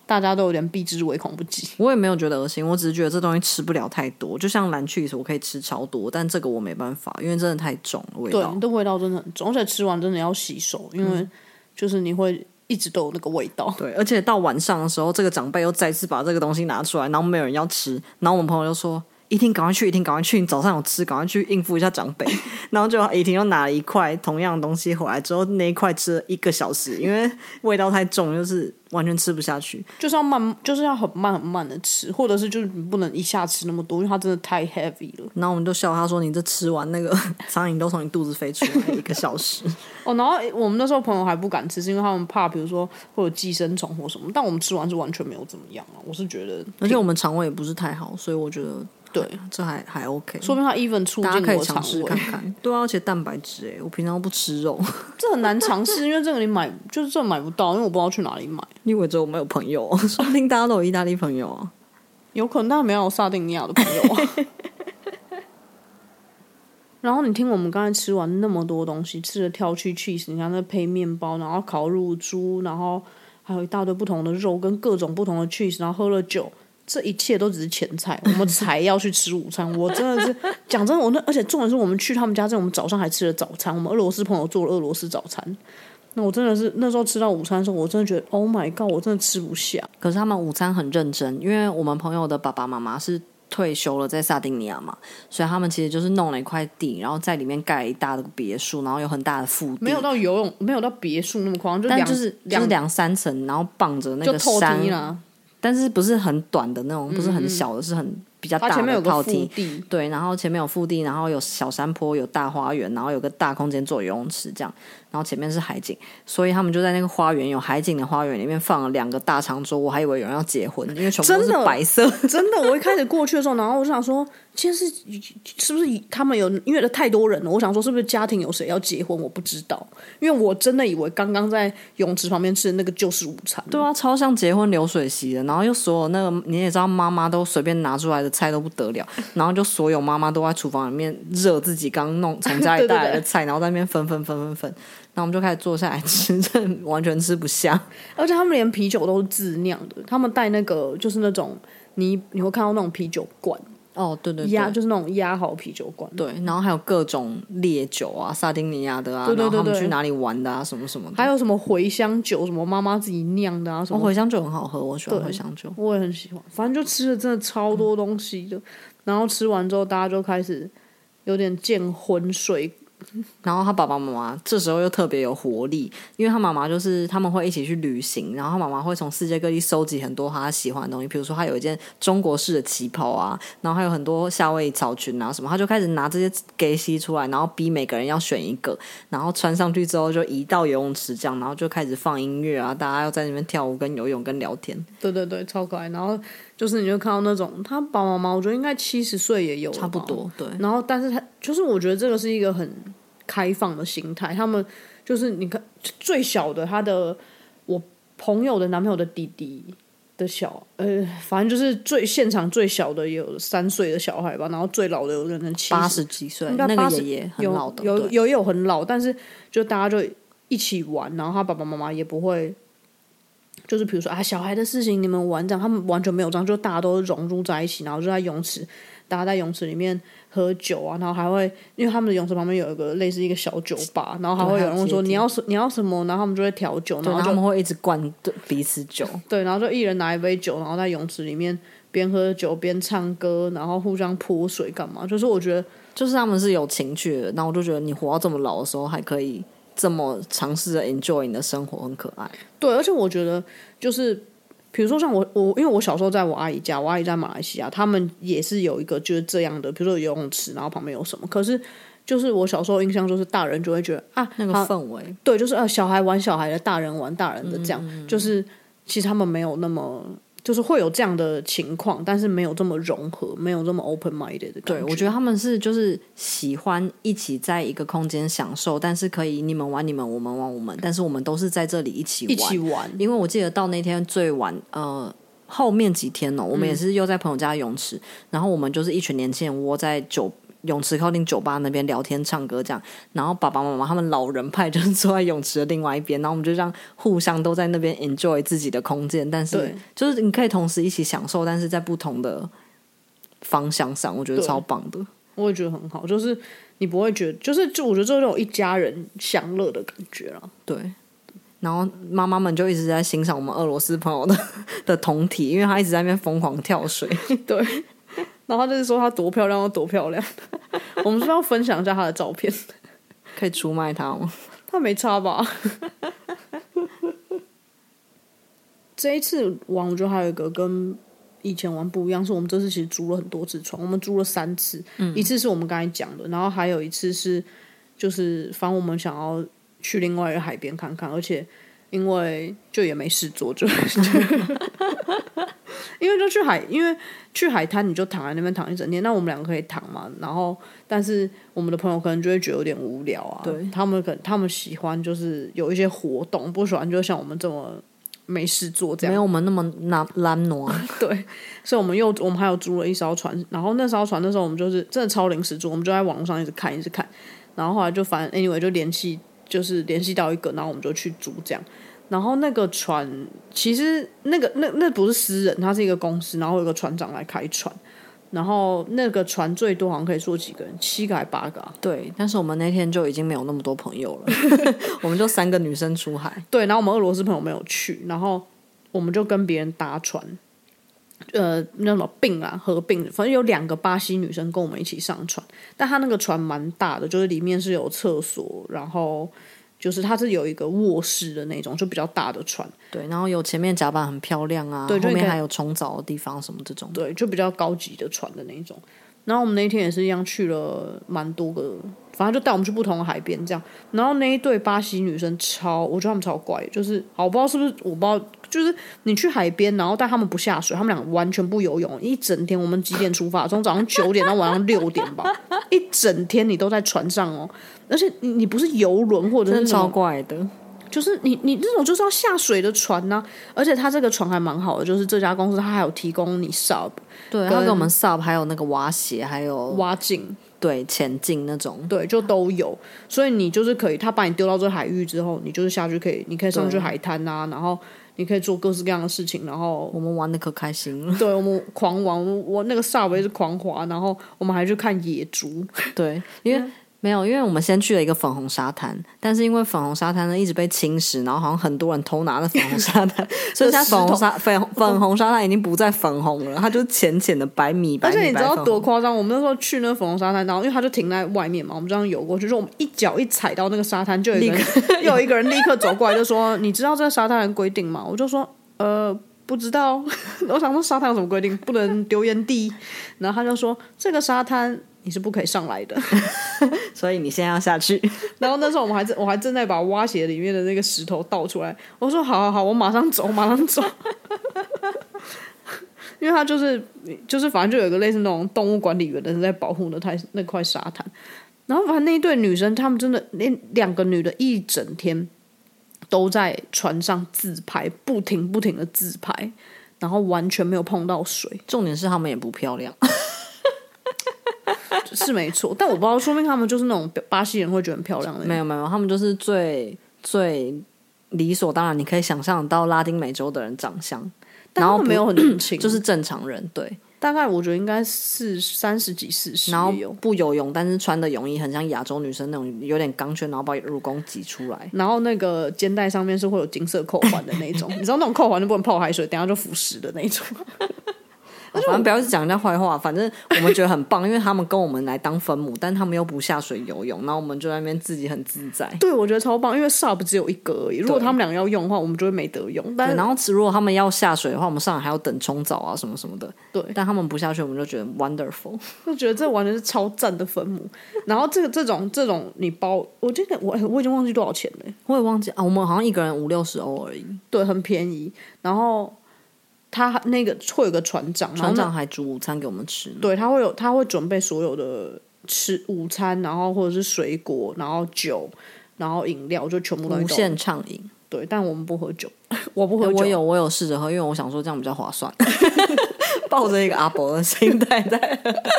B: 大家都有点避之唯恐不及。
C: 我也没有觉得恶心，我只是觉得这东西吃不了太多。就像蓝去我可以吃超多，但这个我没办法，因为真的太重了味
B: 对
C: 道，。
B: 这味道真的很重，而且吃完真的要洗手，因
C: 嗯
B: 为就是你会一直都有那个味道。
C: 对，而且到晚上的时候，这个长辈又再次把这个东西拿出来，然后没有人要吃，然后我们朋友就说。一一定赶快去，一定赶快去，你早上有吃，赶快去应付一下长辈。 然后就一婷又拿了一块同样的东西回来之后，那一块吃了一个小时，因为味道太重，就是完全吃不下去。
B: 就是要慢，就是要很慢很慢的吃，或者是就是你不能一下吃那么多，因为它真的太 heavy 了。
C: 然后我们就笑他说：“你这吃完那个 苍蝇都从你肚子飞出来一个小时。
B: 哦，然后我们那时候朋友还不敢吃，是因为他们怕比如说会有寄生虫或什么，但我们吃完是完全没有怎么样啊。我是觉得”，
C: 而且我们肠胃也不是太好，所以我觉得
B: 对，
C: 这还还 OK。
B: 说明它 even 促进
C: 大家可以
B: 我肠
C: 尝试
B: 胃
C: 看，看，对啊，而且蛋白质哎、我平常不吃肉，
B: 这很难尝试，因为这个你买就是这买不到，因为我不知道去哪里买，
C: 你以为只有我们有朋友 哦？说不定大家都有意大利朋友啊。
B: 有可能但没有萨丁尼亚的朋友啊。 然后你听我们刚才吃完那么多东西，吃了挑去 cheese，你看那配面包，然后烤乳猪，然后还有一大堆不同的肉跟各种不同的 cheese，然后喝了酒，这一切都只是前菜，我们才要去吃午餐。我真的是讲真的，我那而且重点是我们去他们家之前，我们早上还吃了早餐，我们俄罗斯朋友做了俄罗斯早餐。那我真的是那时候吃到午餐的时候，我真的觉得 Oh my God，我真的吃不下。
C: 可是他们午餐很认真，因为我们朋友的爸爸妈妈是退休了，在萨丁尼亚嘛，所以他们其实就是弄了一块地，然后在里面盖了一大的别墅，然后有很大的腹地，
B: 没有到游泳，没有到别墅那么夸张，就
C: 但
B: 两
C: 就是就
B: 两
C: 是两三层，然后绑着那
B: 就
C: 个
B: 透
C: 山
B: 梯，啦，嗯
C: 但是不是很短的那种，不是很小的，是很比较
B: 它
C: 大
B: 前面有
C: 的
B: 个
C: 套
B: 腹
C: 梯。
B: 地，
C: 对，然后前面有腹地，然后有小山坡，有大花园，然后有个大空间做游泳池这样，然后前面是海景，所以他们就在那个花园有海景的花园里面放了两个大长桌，我还以为有人要结婚，因为全部都
B: 真
C: 是
B: 的
C: 白色。
B: 真的，我一开始过去的时候，然后我就想说，今天是是不是他们有因为太多人了？我想说是不是家庭有谁要结婚？我不知道，因为我真的以为刚刚在泳池旁边吃的那个就是午餐。
C: 对啊，超像结婚流水席的，然后又所有那个你也知道，妈妈都随便拿出来的菜都不得了，然后就所有妈妈都在厨房里面热自己刚弄从家里
B: 对对对
C: 带来的菜，然后在那边分分分分分，然后我们就开始坐下来吃，真的完全吃不下。
B: 而且他们连啤酒都是自酿的，他们带那个就是那种你你会看到那种啤酒罐，
C: 哦，对对
B: 压
C: 对。
B: 就是那种压好啤酒罐，
C: 对，然后还有各种烈酒啊，萨丁尼亚的啊，
B: 对对
C: 然后他
B: 对
C: 们
B: 对
C: 去哪里玩的啊，什么什么的。
B: 还有什么茴香酒，什么妈妈自己酿的啊，什
C: 哦，
B: 么
C: 茴香酒很好喝，我喜欢
B: 对
C: 茴香酒。
B: 我也很喜欢，反正就吃了真的超多东西的。然后吃完之后，大家就开始有点见昏睡，
C: 然后他爸爸妈妈这时候又特别有活力，因为他妈妈就是他们会一起去旅行，然后他妈妈会从世界各地收集很多他喜欢的东西，比如说他有一件中国式的旗袍啊，然后还有很多夏威夷草裙啊什么，他就开始拿这些给西出来，然后逼每个人要选一个，然后穿上去之后就移到游泳池这样，然后就开始放音乐啊，大家要在那边跳舞、跟游泳、跟聊天，
B: 对对对，超可爱。然后就是你就看到那种他爸爸妈妈，我觉得应该七十岁也有，
C: 差不。多对。
B: 然后，但是他就是我觉得这个是一个很开放的心态。他们就是你看最小的他的我朋友的男朋友的弟弟的小，呃，反正就是最现场最小的也有三岁的小孩吧，然后最老的有人能七
C: 八
B: 十
C: 十几岁，
B: 应该
C: 那个
B: 80
C: 爷爷很
B: 有
C: 老的，
B: 有
C: 对
B: 有有很老，但是就大家就一起玩，然后他爸爸妈妈也不会，就是比如说啊小孩的事情你们玩这样，他们完全没有这样，就大家都融入在一起，然后就在泳池，大家在泳池里面喝酒啊，然后还会因为他们的泳池旁边有一个类似一个小酒吧，然后还会有人问说
C: 还有阶梯
B: 你要什你要什么，然后他们就会调酒，
C: 对，
B: 然后
C: 然
B: 就
C: 后他们会一直灌彼此酒，
B: 对，然后就一人拿一杯酒，然后在泳池里面边喝酒边唱歌，然后互相泼水干嘛，就是我觉得。
C: 就是他们是有情趣的，那我就觉得你活到这么老的时候还可以这么尝试着 enjoy 你的生活，很可爱。
B: 对，而且我觉得就是，比如说像我我，因为我小时候在我阿姨家，我阿姨在马来西亚，他们也是有一个就是这样的，比如说有游泳池，然后旁边有什么，可是。就是我小时候印象，就是大人就会觉得啊，
C: 那个
B: 好
C: 氛围，
B: 对，就是呃，小孩玩小孩的，大人玩大人的，这样、
C: 嗯
B: 就是其实他们没有那么，就是会有这样的情况，但是没有这么融合，没有这么 open minded 的感
C: 对我觉得他们是就是喜欢一起在一个空间享受，但是可以你们玩你们，我们玩我们，但是我们都是在这里一起
B: 一
C: 玩。
B: 起玩，
C: 因为我记得到那天最晚，呃，后面几天哦，我
B: 嗯
C: 们也是又在朋友家泳池，然后我们就是一群年轻人窝在酒泳池靠近酒吧那边聊天、唱歌这样，然后爸爸妈妈他们老人派就是坐在泳池的另外一边，然后我们就这样互相都在那边 enjoy 自己的空间，但是
B: 对
C: 就是你可以同时一起享受，但是在不同的方向上，我觉得
B: 对
C: 超棒的。
B: 我也觉得很好，就是你不会觉得，就是就我觉得这种一家人享乐的感觉啦。
C: 对。然后妈妈们就一直在欣赏 我们俄罗斯朋友的的同体，因为他一直在那边疯狂跳水。
B: 对，然后他就是说她多漂亮，有多漂亮。 我们是不是要分享一下她的照片，
C: 可以出卖它吗？
B: 她没差吧？ 这一次玩，我觉得还有一个跟以前玩不一样，是我们这次其实租了很多次床，我们租了三次，一次是我们刚才讲的，然后还有一次是就是反正我们想要去另外一个海边看看，而且因为就也没事做，就 因为就去海，因为去海滩你就躺在那边躺一整天，那我们两个可以躺嘛，然后但是我们的朋友可能就会觉得有点无聊啊，
C: 对
B: 他们可能他们喜欢就是有一些活动，不喜欢就像我们这么。没事做这样
C: 没有我们那么懒懒啊挪，
B: 对，所以我们又我们还有租了一艘船，然后那艘船那时候我们就是真的超临时租，我们就在网络上一直看一直看，然后后来就反正 anyway 就联系就是联系到一个，然后我们就去租这样。然后那个船其实那个那那不是私人，它是一个公司，然后有个船长来开船，然后那个船最多好像可以坐几个人，七个还八个啊、
C: 对，但是我们那天就已经没有那么多朋友了，我们就三个女生出海，
B: 对，然后我们俄罗斯朋友没有去，然后我们就跟别人搭船，呃，那种并啊合并，反正有两个巴西女生跟我们一起上船，但她那个船蛮大的，就是里面是有厕所，然后就是它是有一个卧室的那种，就比较大的船，
C: 对，然后有前面甲板很漂亮啊，
B: 对就
C: 后
B: 你
C: 面
B: 可以
C: 还有冲澡的地方什么这种，
B: 对，就比较高级的船的那一种。然后我们那一天也是一样去了蛮多个，反正就带我们去不同的海边这样。然后那一对巴西女生超，我觉得她们超怪，就是好我不知道是不是我不知道，就是你去海边，然后但她们不下水，她们俩完全不游泳，一整天。我们几点出发？从早上九点到晚上六点吧， 一整天你都在船上哦。而且你你不是游轮或者
C: 真
B: 是
C: 的
B: 什么
C: 超怪的。
B: 就是你你这种就是要下水的船呐、而且它这个船还蛮好的，就是这家公司它还有提供你 sub
C: 对，他
B: 跟
C: 给我们 sub 还有那个蛙鞋，还有
B: 挖井，
C: 对前进那种，
B: 对，就都有，所以你就是可以，他把你丢到这海域之后，你就是下去可以，你可以上去海滩啊，然后你可以做各式各样的事情，然后
C: 我们玩的可开心了。
B: 对我们狂玩，我我那个萨维是狂滑，然后我们还去看野猪，
C: 对，因
B: 嗯
C: 为。没有，因为我们先去了一个粉红沙滩，但是因为粉红沙滩呢一直被侵蚀，然后好像很多人偷拿了粉红 沙滩，所以现在粉红沙粉红粉红沙滩已经不再粉红了，它就是浅浅的白米白
B: 而
C: 米。
B: 且你知道
C: 白粉
B: 多
C: 红
B: 夸张？我们那时候去那个粉红沙滩，然后因为它就停在外面嘛，我们这样游过去，就是我们一脚一踩到那个沙滩，就有一个人， 又有一个人立刻走过来就说：“你知道这个沙滩的规定吗？”我就说：“呃，不知道。”我想说沙滩有什么规定，不能丢烟蒂。然后他就说：“这个沙滩你是不可以上来的。
C: 所以你现在要下去，”
B: 然后那时候我们还正我还正在把挖鞋里面的那个石头倒出来，我说：“好好好，我马上走，马上走。” 因为他就是就是反正就有一个类似那种动物管理员的人在保护那块那块沙滩，然后反正那一对女生，她们真的那两个女的一整天都在船上自拍，不停不停的自拍，然后完全没有碰到水，
C: 重点是他们也不漂亮，
B: 是没错，但我不知道，说明他们就是那种巴西人会觉得很漂亮的人，
C: 没有没有，他们就是最最理所当然，你可以想象到拉丁美洲的人长相，
B: 但
C: 然
B: 他
C: 后
B: 们
C: 不
B: 没有很年轻，
C: 就是正常人对，
B: 大概我觉得应该是三十几、四十
C: 然后
B: 也有。
C: 不游泳，但是穿的泳衣很像亚洲女生那种有点钢圈，然后把乳沟挤出来。
B: 然后那个肩带上面是会有金色扣环的那 种，你知道那种扣环就不能泡海水，等一下就腐蚀的那种。
C: 反正不要去讲人家坏话，反正我们觉得很棒，因为他们跟我们来当分母，但他们又不下水游泳，然后我们就在那边自己很自在。
B: 对，我觉得超棒，因为 sub 只有一个而已。如果他们两个要用的话，我们就会没得用。但
C: 对，
B: 是
C: 然后如果他们要下水的话，我们上来还要等冲澡啊什么什么的。
B: 对
C: 但他们不下去，我们就觉得 wonderful。
B: 就觉得这完全是超赞的分母。然后这个这种这种你包，我记得我我已经忘记多少钱了，
C: 我也忘记啊，我们好像一个人五六十欧而已，
B: 对，很便宜。然后他那个会有个船长，然后
C: 船
B: 那
C: 长还煮午餐给我们吃呢。
B: 对，他会有，他会准备所有的吃午餐，然后或者是水果，然后酒，然后饮料，就全部都
C: 无限畅饮，
B: 对。但我们不喝酒，我不
C: 哎
B: 喝酒。
C: 我有我有试着喝，因为我想说这样比较划算， 抱着一个阿伯的心态在喝。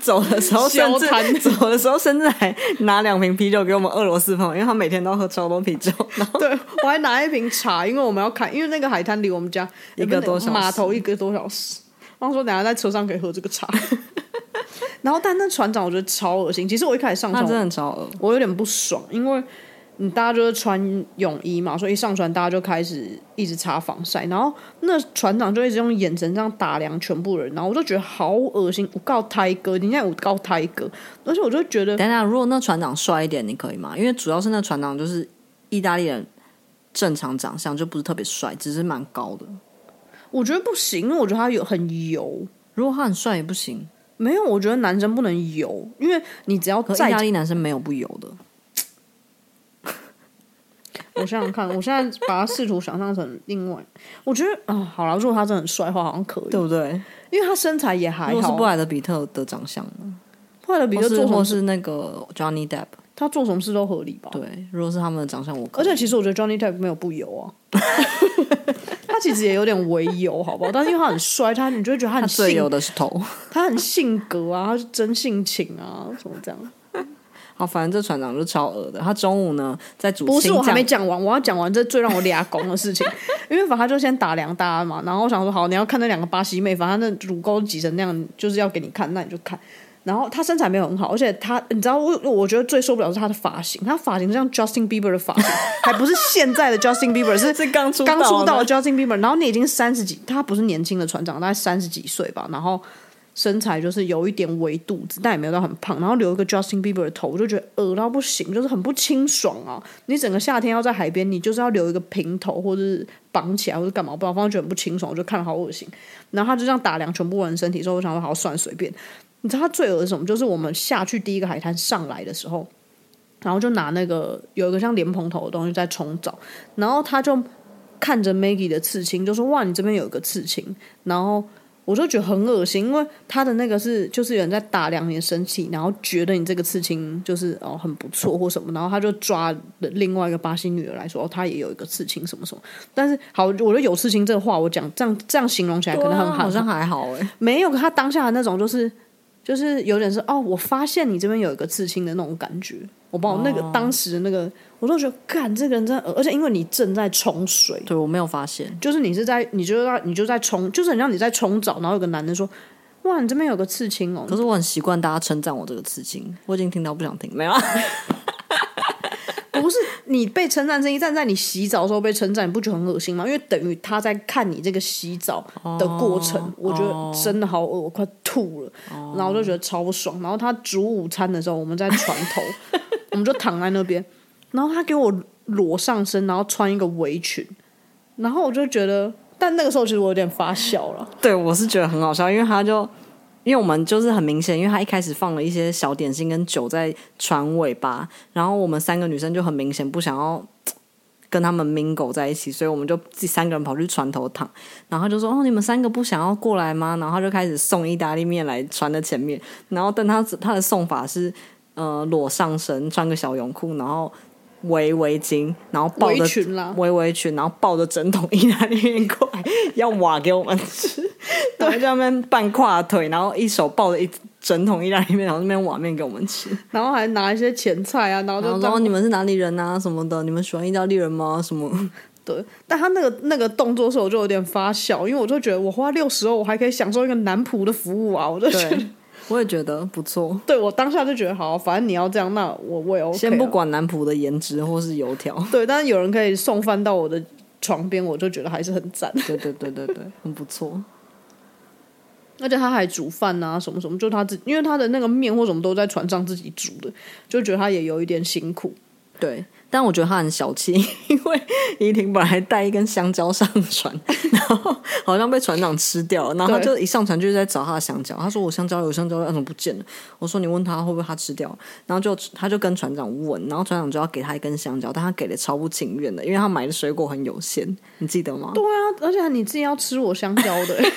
C: 走的时候甚
B: 消
C: 至走的时候甚至还拿两瓶啤酒给我们俄罗斯朋友，因为他每天都喝超多啤酒，然后
B: 对，我还拿一瓶茶，因为我们要看，因为那个海滩离我们家
C: 一个多小时
B: 码头一个多小时。然后说等一下在车上可以喝这个茶。 然后，但那船长我觉得超恶心。其实我一开始上
C: 那
B: 船，
C: 真的很超恶。
B: 我有点不爽，因为你大家就是穿泳衣嘛，所以一上船大家就开始一直擦防晒，然后那船长就一直用眼神这样打量全部人，然后我就觉得好恶心，我告胎哥，你现在我告胎哥，而且我就觉得
C: 等等，如果那船长帅一点，你可以吗？因为主要是那船长就是意大利人，正常长相就不是特别帅，只是蛮高的。
B: 我觉得不行，因为我觉得他有很油，
C: 如果他很帅也不行，
B: 没有，我觉得男生不能油，因为你只要
C: 可啊意
B: 再
C: 大利男生没有不油的。
B: 我想想看，我现在把他试图想象成另外，我觉得啊、好了，如果他真的很帅的话，好像可以，
C: 不对？
B: 因为他身材也还
C: 如果是
B: 好。
C: 布莱德比特的长相呢，
B: 布莱德比
C: 比
B: 特
C: 特
B: 做什
C: 或
B: 么事，
C: 是那个 Johnny Depp，
B: 他做什么事都合理吧？
C: 对，如果是他们的长相，我可
B: 而
C: 以
B: 且其实我觉得 Johnny Depp 没有不油啊， 他其实也有点微油，好不好？但是因为他很帅，他你就会觉得他
C: 他
B: 很
C: 最油
B: 性，
C: 的是头。
B: 他很性格啊，他是真性情啊，什么这样？
C: 好，反正这船长就超恶的。他中午呢在煮
B: 不是，
C: 青
B: 我还
C: 酱
B: 没，讲完，我要讲完这最让我俩拱的事情， 因为反正他就先打量大家嘛，然后我想说好，你要看那两个巴西妹，反正那乳沟挤成那样，就是要给你看，那你就看。然后她身材没有很好，而且她，你知道我，我觉得最受不了是她的发型，她发型像 Justin Bieber 的发型，还不是现在的 Justin Bieber，是
C: 是刚出
B: 刚
C: 道
B: 出
C: 的
B: 道的 Justin Bieber。然后你已经三十几，他不是年轻的船长，大概三十几岁吧，然后身材就是有一点围肚子，但也没有到很胖，然后留一个 Justin Bieber 的头，我就觉得恶到不行，就是很不清爽啊！你整个夏天要在海边，你就是要留一个平头，或者是绑起来，或者干嘛，不然反正觉得很不清爽，我就看了好恶心。然后他就这样打量全部人身体之后，我想说好算了随便。你知道他最恶的是什么？就是我们下去第一个海滩上来的时候，然后就拿那个有一个像莲蓬头的东西在冲澡，然后他就看着 Maggie 的刺青，就说：“哇，你这边有一个刺青。”然后我就觉得很恶心，因为他的那个是就是有人在打量你的身体，然后觉得你这个刺青就是哦很不错或什么，然后他就抓了另外一个巴西女的来说，哦，她也有一个刺青什么什么。但是好，我觉得有刺青这个话我讲这样这样形容起来可能很
C: 好
B: 好
C: 像还好哎、
B: 没有，可他当下的那种就是就是有点是哦，我发现你这边有一个刺青的那种感觉。我把我那个、当时的那个，我都觉得，干这个人真的恶，而且因为你正在冲水，
C: 对我没有发现，
B: 就是你是在你就在你就在冲，就是很像你在冲澡，然后有个男的说：“哇，你这边有个刺青哦。
C: 可是我很习惯大家称赞我这个刺青，我已经听到不想听，没有啊，”
B: 哦不是你被称赞这一站在你洗澡的时候被称赞，你不觉得很恶心吗？因为等于他在看你这个洗澡的
C: 哦
B: 过程，我觉得真的好恶，我快吐了。
C: 哦
B: 然后我就觉得超不爽。然后他煮午餐的时候，我们在船 头，我们就躺在那边，然后他给我裸上身，然后穿一个围裙，然后我就觉得，但那个时候其实我有点发笑了。
C: 对我是觉得很好笑，因为他就。因为我们就是很明显，因为他一开始放了一些小点心跟酒在船尾巴，然后我们三个女生就很明显不想要跟他们 mingle 在一起，所以我们就自己三个人跑去船头躺，然后他就说：“哦，你们三个不想要过来吗？”然后他就开始送意大利面来船的前面，然后但他他的送法是呃裸上身，穿个小泳裤，然后围围巾，然后抱着
B: 围裙啦
C: 围围裙，然后抱着整桶意大利面过来要挖给我们吃， 然后在那边半跨腿，然后一手抱着一整桶意大利面，然后那边挖面给我们吃，
B: 然后还拿一些前菜啊，然后
C: 然
B: 就
C: 后说、哦、
B: 让
C: 你们是哪里人啊什么的，你们喜欢意大利人吗？什么？
B: 对，但他那个那个动作的时候，我就有点发笑，因为我就觉得我花六十欧，我还可以享受一个男仆的服务啊，我就觉得，
C: 对，我也觉得不错。
B: 对我当下就觉得好，反正你要这样，那我我也 OK，
C: 先不
B: 啊，
C: 管男仆的颜值或是油条，
B: 对，但是有人可以送饭到我的床边，我就觉得还是很赞，
C: 对对对对对，很不错。
B: 而且他还煮饭啊，什么什么，就他自，因为他的那个面或什么都在船上自己煮的，就觉得他也有一点辛苦，
C: 对，但我觉得他很小气， 因为怡婷本来带一根香蕉上船， 然后好像被船长吃掉了，然后他就一上船就在找他的香蕉。他说：“我香蕉有香蕉，为什啊么不见了？”我说：“你问他会不会他吃掉了？”然后就他就跟船长问，然后船长就要给他一根香蕉，但他给的超不情愿的，因为他买的水果很有限，你记得吗？
B: 对啊，而且你自己要吃我香蕉的、 欸，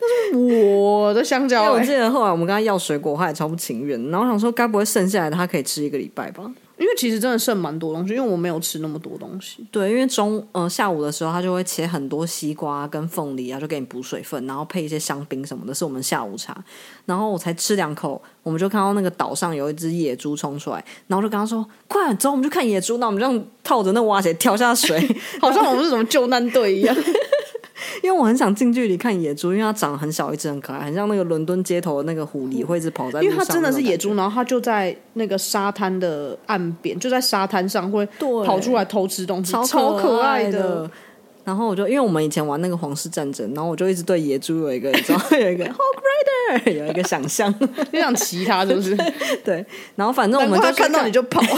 B: 那是我的香
C: 因为
B: 蕉、
C: 哎哦我
B: 欸
C: 记得后来我们跟他要水果，他也超不情愿，然后我想说该不会剩下来的他可以吃一个礼拜吧？
B: 因为其实真的剩蛮多东西，因为我没有吃那么多东西。
C: 对，因为中呃下午的时候，他就会切很多西瓜跟凤梨啊，就给你补水分，然后配一些香槟什么的，是我们下午茶。然后我才吃两口，我们就看到那个岛上有一只野猪冲出来，然后就跟他说：“快走，我们去看野猪。”那我们这样套着那蛙鞋跳下水，
B: 好像我们是什么救难队一样，
C: 因为我很想近距离看野猪，因为它长得很小一只，很可爱，很像那个伦敦街头的那个狐狸，会一直跑在路上
B: 因为
C: 那种
B: 它
C: 感觉。
B: 真的是野猪，然后它就在那个沙滩的岸边，就在沙滩上会
C: 对
B: 跑出来偷吃东西，
C: 超
B: 超
C: 可
B: 爱
C: 爱的。然后我就因为我们以前玩那个皇室战争，然后我就一直对野猪有一个，你知道有一个 Hog Rider 有一个想象，
B: 你想骑它是不 是？
C: 对。然后反正我
B: 难
C: 们
B: 怪
C: 就
B: 它
C: 去
B: 看到你就跑。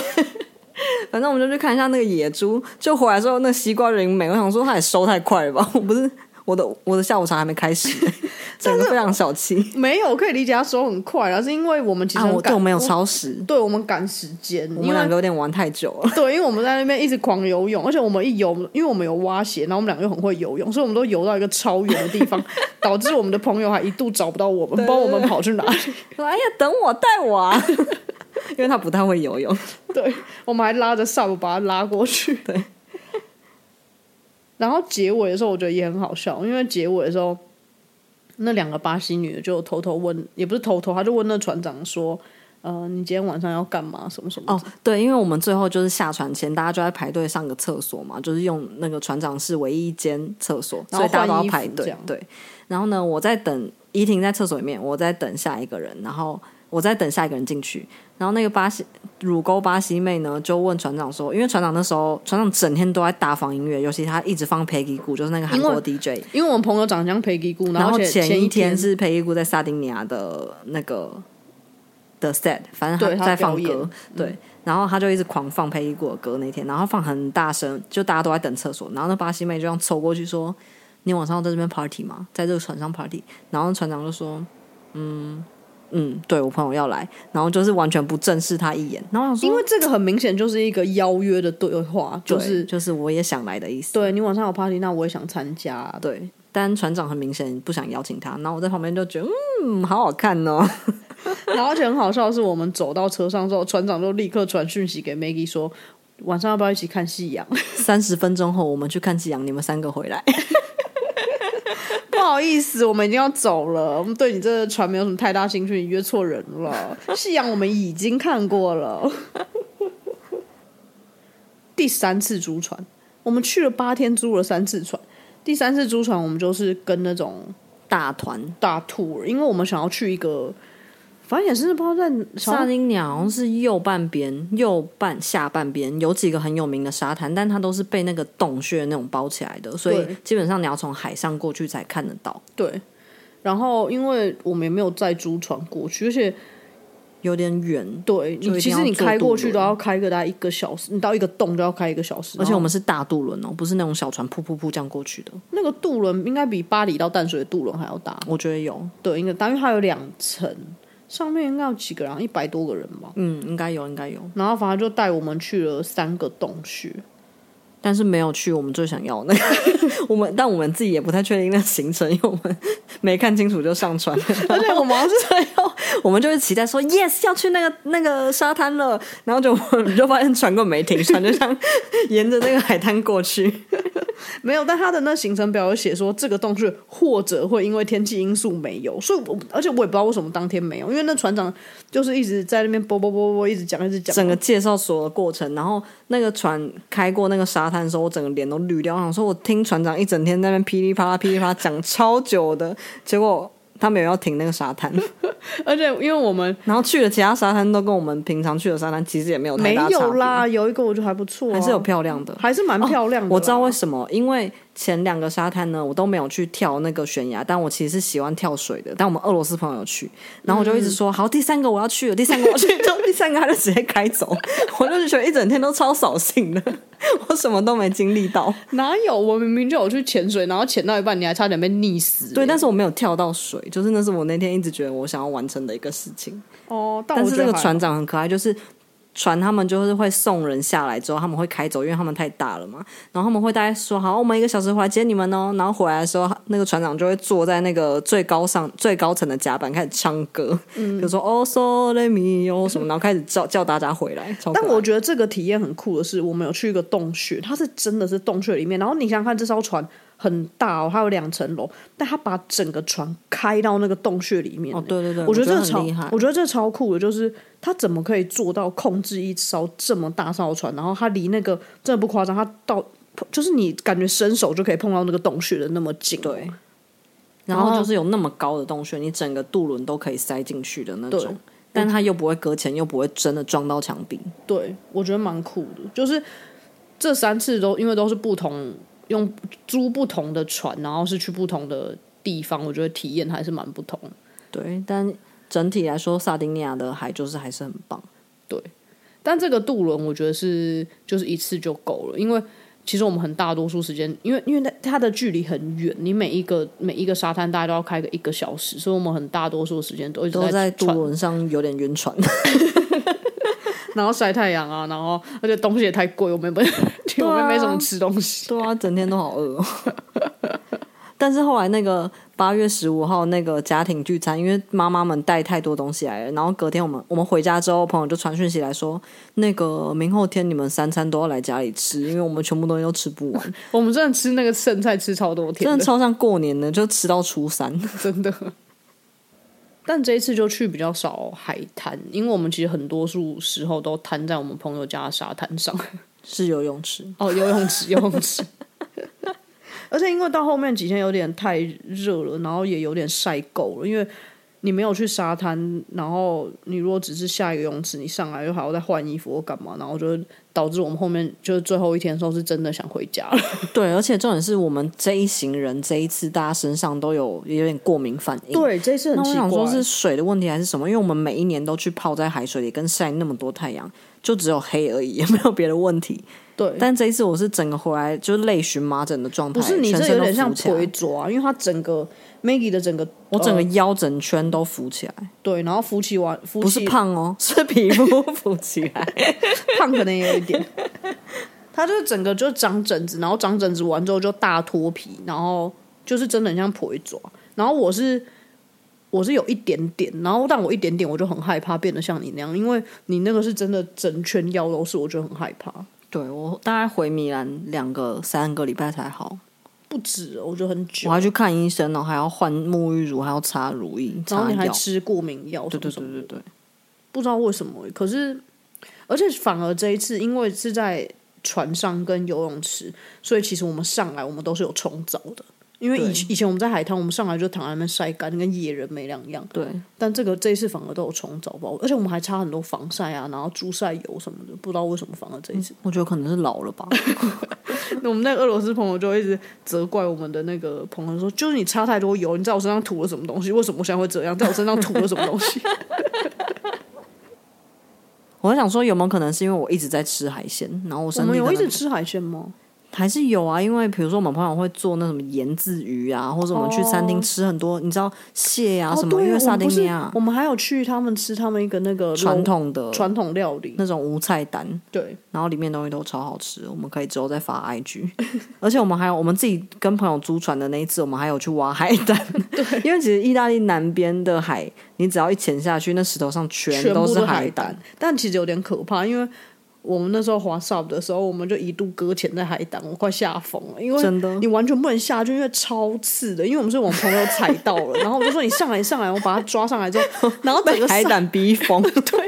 C: 反正我们就去看一下那个野猪，就回来之后那西瓜灵美，我想说它也收太快了吧，我不是我的我的下午茶还没 开始，整个非常小气
B: 没有，我可以理解它手很快，然后是因为我们其实
C: 啊！
B: 很
C: 我对
B: 赶，
C: 我们有超时，
B: 对我们赶时间，
C: 我
B: 因
C: 们
B: 为
C: 两个有点玩太久了。
B: 对，因为我们在那边一直狂游泳，而且我们一游，因为我们有蛙鞋，然后我们两个又很会游泳，所以我们都游到一个超远的地 方，导致我们的朋友还一度找不到我们，不知道我们跑去哪里。
C: 说哎呀，等我带我啊， 因为他不太会游泳。
B: 对，我们还拉着 sub 把他拉过 去。对。然后结尾的时候，我觉得也很好笑，因为结尾的时候，那两个巴西女的就偷偷问，也不是偷偷，她就问那船长说：“呃，你今天晚上要干嘛？什么什么？”
C: 哦，对，因为我们最后就是下船前，大家就在排队上个厕所嘛，就是用那个船长室唯一一间厕所，
B: 然
C: 所
B: 后
C: 以大家都
B: 换
C: 要
B: 衣服
C: 排
B: 这
C: 队
B: 样。
C: 对，然后呢，我在等依婷在厕所里面，我在等下一个人，然后我在等下一个人进去。然后那个巴西乳沟巴西妹呢，就问船长说，因为船长那时候船长整天都在大放音乐，尤其他一直放 Peggy 鼓，就是那个韩
B: 因
C: 国
B: 为
C: DJ。
B: 因为我们朋友长得像裴吉姑，
C: 然
B: 后
C: 后
B: 且
C: 前
B: 一
C: 一天是佩伊姑在萨丁尼亚的那个的 set，反
B: 对
C: 正
B: 她
C: 在放
B: 表演嗯
C: 歌，对。然后他就一直狂放佩伊姑的歌那天，然后放很大声，就大家都在等厕所。然后那巴西妹就这样凑过去说：“你晚上要在这边 party 吗？在这个船上 party？” 然后船长就说：“嗯嗯，对我朋友要来。”然后就是完全不正视他一眼。然后我想说
B: 因为这个很明显就是一个邀约的对话，
C: 对
B: 就是
C: 就是我也想来的意思。
B: 对你晚上有 party，那我也想参加、 对，
C: 对，但船长很明显不想邀请他。然后我在旁边就觉得，嗯，好好看哦。
B: 然后而且很好笑的是，我们走到车上之后，船长就立刻传讯息给 Maggie 说，晚上要不要一起看夕阳？
C: 三十分钟后我们去看夕阳，你们三个回来。
B: 不好意思，我们已经要走了，我们对你这个船没有什么太大兴趣，你约错人 了。夕阳我们已经看过了，第三次租船，我们去了八天，租了三次船。第三次租船，我们就是跟那种
C: 大团
B: 大 tour，因为我们想要去一个，反正也是不知道在
C: 萨
B: 想要
C: 丁鸟好像是右半边、右半下半边有几个很有名的沙滩，但它都是被那个洞穴那种包起来的，所
B: 对
C: 以基本上你要从海上过去才看得到，
B: 对。然后，因为我们也没有再租船过去，而且
C: 有点远。
B: 对
C: 就
B: 你
C: 一定
B: 其实
C: 要
B: 你
C: 坐
B: 开
C: 渡
B: 过去
C: 轮
B: 都要开个大概一个小时，你到一个洞就要开一个小时。
C: 而且
B: 然后
C: 我们是大渡轮哦，不是那种小船噗噗噗这样过去的。
B: 那个渡轮应该比巴黎到淡水的渡轮还要大，
C: 我觉得有，
B: 对，应该大，因为它有两层，上面应该有几个人啊，一百多个人吧。
C: 嗯，应该有，应该有，
B: 然后反正就带我们去了三个洞穴，
C: 但是没有去我们最想要的那 个。我们但我们自己也不太确定那个行程，因为我们没看清楚就上船了。
B: 而且我们好像是
C: 最后 我们就是期待说 yes 要去那个那个沙滩了，然后就我们就发现船根本没停，船就像 沿着那个海滩过去。
B: 没有，但它的那行程表有写说这个洞穴或者会因为天气因素没有，所以我而且我也不知道为什么当天没有，因为那船长就是一直在那边啵啵啵啵啵一 直讲一直讲，
C: 整个介绍所有的过程，然后那个船开过那个沙滩的时候，我整个脸都绿掉。我想说，我听船长一整天在那边噼里啪啦噼里啪啦讲超久的，结果他没有要停那个沙滩，
B: 而且因为我们
C: 然后去的其他沙滩都跟我们平常去的沙滩其实也没有太
B: 没
C: 大差
B: 有
C: 别，
B: 啦，有一个我觉得还不错、啊
C: 还是有，漂亮的。啊
B: 还是蛮漂亮的啦、啊
C: 我知道为什么，因为前两个沙滩呢，我都没有去跳那个悬崖，但我其实是喜欢跳水的。但我们俄罗斯朋友有去，然后我就一直说、好，第三个我要去了，第三个我要 去，就第三个他就直接开走，我就是觉得一整天都超扫兴的， 我什么都没经历到。
B: 哪有？我明明就有去潜水，然后潜到一半你还差点被溺死、
C: 对，但是我没有跳到水，就是那是我那天一直觉得我想要完成的一个事情。
B: 哦，但
C: 但
B: 我
C: 是
B: 觉
C: 这
B: 得
C: 个
B: 还
C: 船长很可爱，就是船他们就是会送人下来之后，他们会开走，因为他们太大了嘛。然后他们会大概说好，我们一个小时回来接你们哦。然后回来的时候，那个船长就会坐在那个最高上最高层的甲板开始唱歌，嗯、就说哦 s o l e me 哦什么，然后开始叫叫大家回来。超可爱
B: 但我觉得这个体验很酷的是，我们有去一个洞穴，它是真的是洞穴里面。然后你想想看，这艘船很大哦，它有两层楼，但它把整个船开到那个洞穴里面。欸
C: 哦对对对
B: 我觉
C: 我觉
B: 这
C: 得
B: 个超
C: 很厉害，
B: 我觉得这超酷的，就是它怎么可以做到控制一艘这么大艘船，然后它离那个真的不夸张，它到就是你感觉伸手就可以碰到那个洞穴的那么近，哦
C: 对，然后就是有那么高的洞穴，你整个渡轮都可以塞进去的那
B: 对
C: 种，但它又不会搁浅，又不会真的撞到墙壁。
B: 对，我觉得蛮酷的。就是这三次都因为都是不同用租不同的船，然后是去不同的地方，我觉得体验还是蛮不同的。
C: 对，但整体来说，萨丁尼亚的海就是还是很棒。
B: 但这个渡轮，我觉得是就是一次就够了，因为其实我们很大多数时间，因为因为它它的距离很远，你每一个每一个沙滩大概都要开个一个小时，所以我们很大多数时间都一直
C: 都在渡
B: 船
C: 轮上有点晕 船，
B: 然后晒太阳啊，然后而且东西也太贵，我们 没我们没什么吃东西。
C: 对啊，整天都好饿、哦。 但是后来那个八月十五号那个家庭聚餐，因为妈妈们带太多东西来了，然后隔天我们我们回家之后，朋友就传讯息来说，那个明后天你们三餐都要来家里吃，因为我们全部东西都吃不完，
B: 我们真的吃那个剩菜吃超多 天
C: 真
B: 的，
C: 的超像过年的，就吃到初三。
B: 真的。但这一次就去比较少海滩，因为我们其实很多数时候都摊在我们朋友家的沙滩上。
C: 是游泳池，
B: 哦，游泳池，游泳池。 而且因为到后面几天有点太热了，然后也有点晒够了，因为你没有去沙滩，然后你如果只是下一个游泳池，你上来又还要再换衣服或干嘛，然后就会导致我们后面就是最后一天的时候是真的想回家了。
C: 对，而且重点是我们这一行人这一次大家身上都有也有点过敏反应，
B: 对，这次
C: 那我想说是水的问题还是什么？因为我们每一年都去泡在海水里，跟晒那么多太阳，就只有黑而已，也没有别的问题。
B: 对，
C: 但这一次我是整个回来就是类荨麻疹的状态，
B: 不是你
C: 全
B: 这
C: 身
B: 有
C: 都
B: 点像
C: 浮起来
B: 腿抓，因为它整个 Maggie 的整个
C: 我整个
B: 呃
C: 腰整圈都浮起来，
B: 对，然后浮起完浮
C: 不是
B: 起
C: 胖哦，是皮肤浮起 来。
B: 胖可能也有一点。 他就是整个就长疹子，然后长疹子完之后就大脱皮，然后就是真的很像婆一爪。然后我是我是有一点点，然后但我一点点我就很害怕变得像你那样，因为你那个是真的整圈腰都是，我就很害怕。
C: 对我大概回米兰两个三个礼拜才好，
B: 不止哦，我觉得很久
C: 我。还去看医生哦，还要换沐浴乳，还要擦乳液，
B: 然后
C: 擦
B: 你还
C: 药。
B: 吃过敏药什
C: 对
B: 么
C: 对
B: 什么
C: 对对对，
B: 不知道为什么欸，可是而且反而这一次，因为是在船上跟游泳池，所以其实我们上来我们都是有冲澡的。因为以
C: 对
B: 以前我们在海滩，我们上来就躺在那边晒干，跟野人没两样。
C: 对
B: 但这个这一次反而都有冲澡包，而且我们还擦很多防晒啊，然后猪晒油什么的，不知道为什么反而这一 次。
C: 我觉得可能是老了吧。
B: 那我们那个俄罗斯朋友就一直责怪我们的那个朋友说，就是你擦太多油，你在我身上涂了什么东西？为什么我现在会这样？在我身上涂了什么东西？
C: 我在想说，有没有可能是因为我一直在吃海鲜，然后我
B: 我
C: 身体
B: 们有
C: 可
B: 一
C: 能
B: 直吃海鲜吗？
C: 还是有啊，因为比如说我们朋友会做那什么盐渍鱼啊，或者我们去餐厅吃很多，你知道蟹啊
B: 哦
C: 什么，
B: 对
C: 因为
B: 我
C: 萨
B: 们不
C: 丁
B: 是
C: 尼亚
B: 我们还有去他们吃他们一个那个
C: 传
B: 肉
C: 统的
B: 传统料理，
C: 那种无菜单，
B: 对，
C: 然后里面东西都超好吃，我们可以之后再发 IG。而 且我们还有我们自己跟朋友租船的那一次，我们还有去挖海胆， 因为其实意大利南边的海，你只要一潜下去，那石头上全
B: 全部
C: 都是
B: 海
C: 胆。，
B: 但其实有点可怕，因为我们那时候滑 SUP 的时候，我们就一度搁浅在海胆，我快吓疯了，因为
C: 真的
B: 你完全不能下去，因为超刺的，因为我们是我们朋友踩到了，然后我就说你上来你上来，我把他抓上来之后，然后整
C: 被
B: 个
C: 海
B: 上
C: 胆逼疯，
B: 对，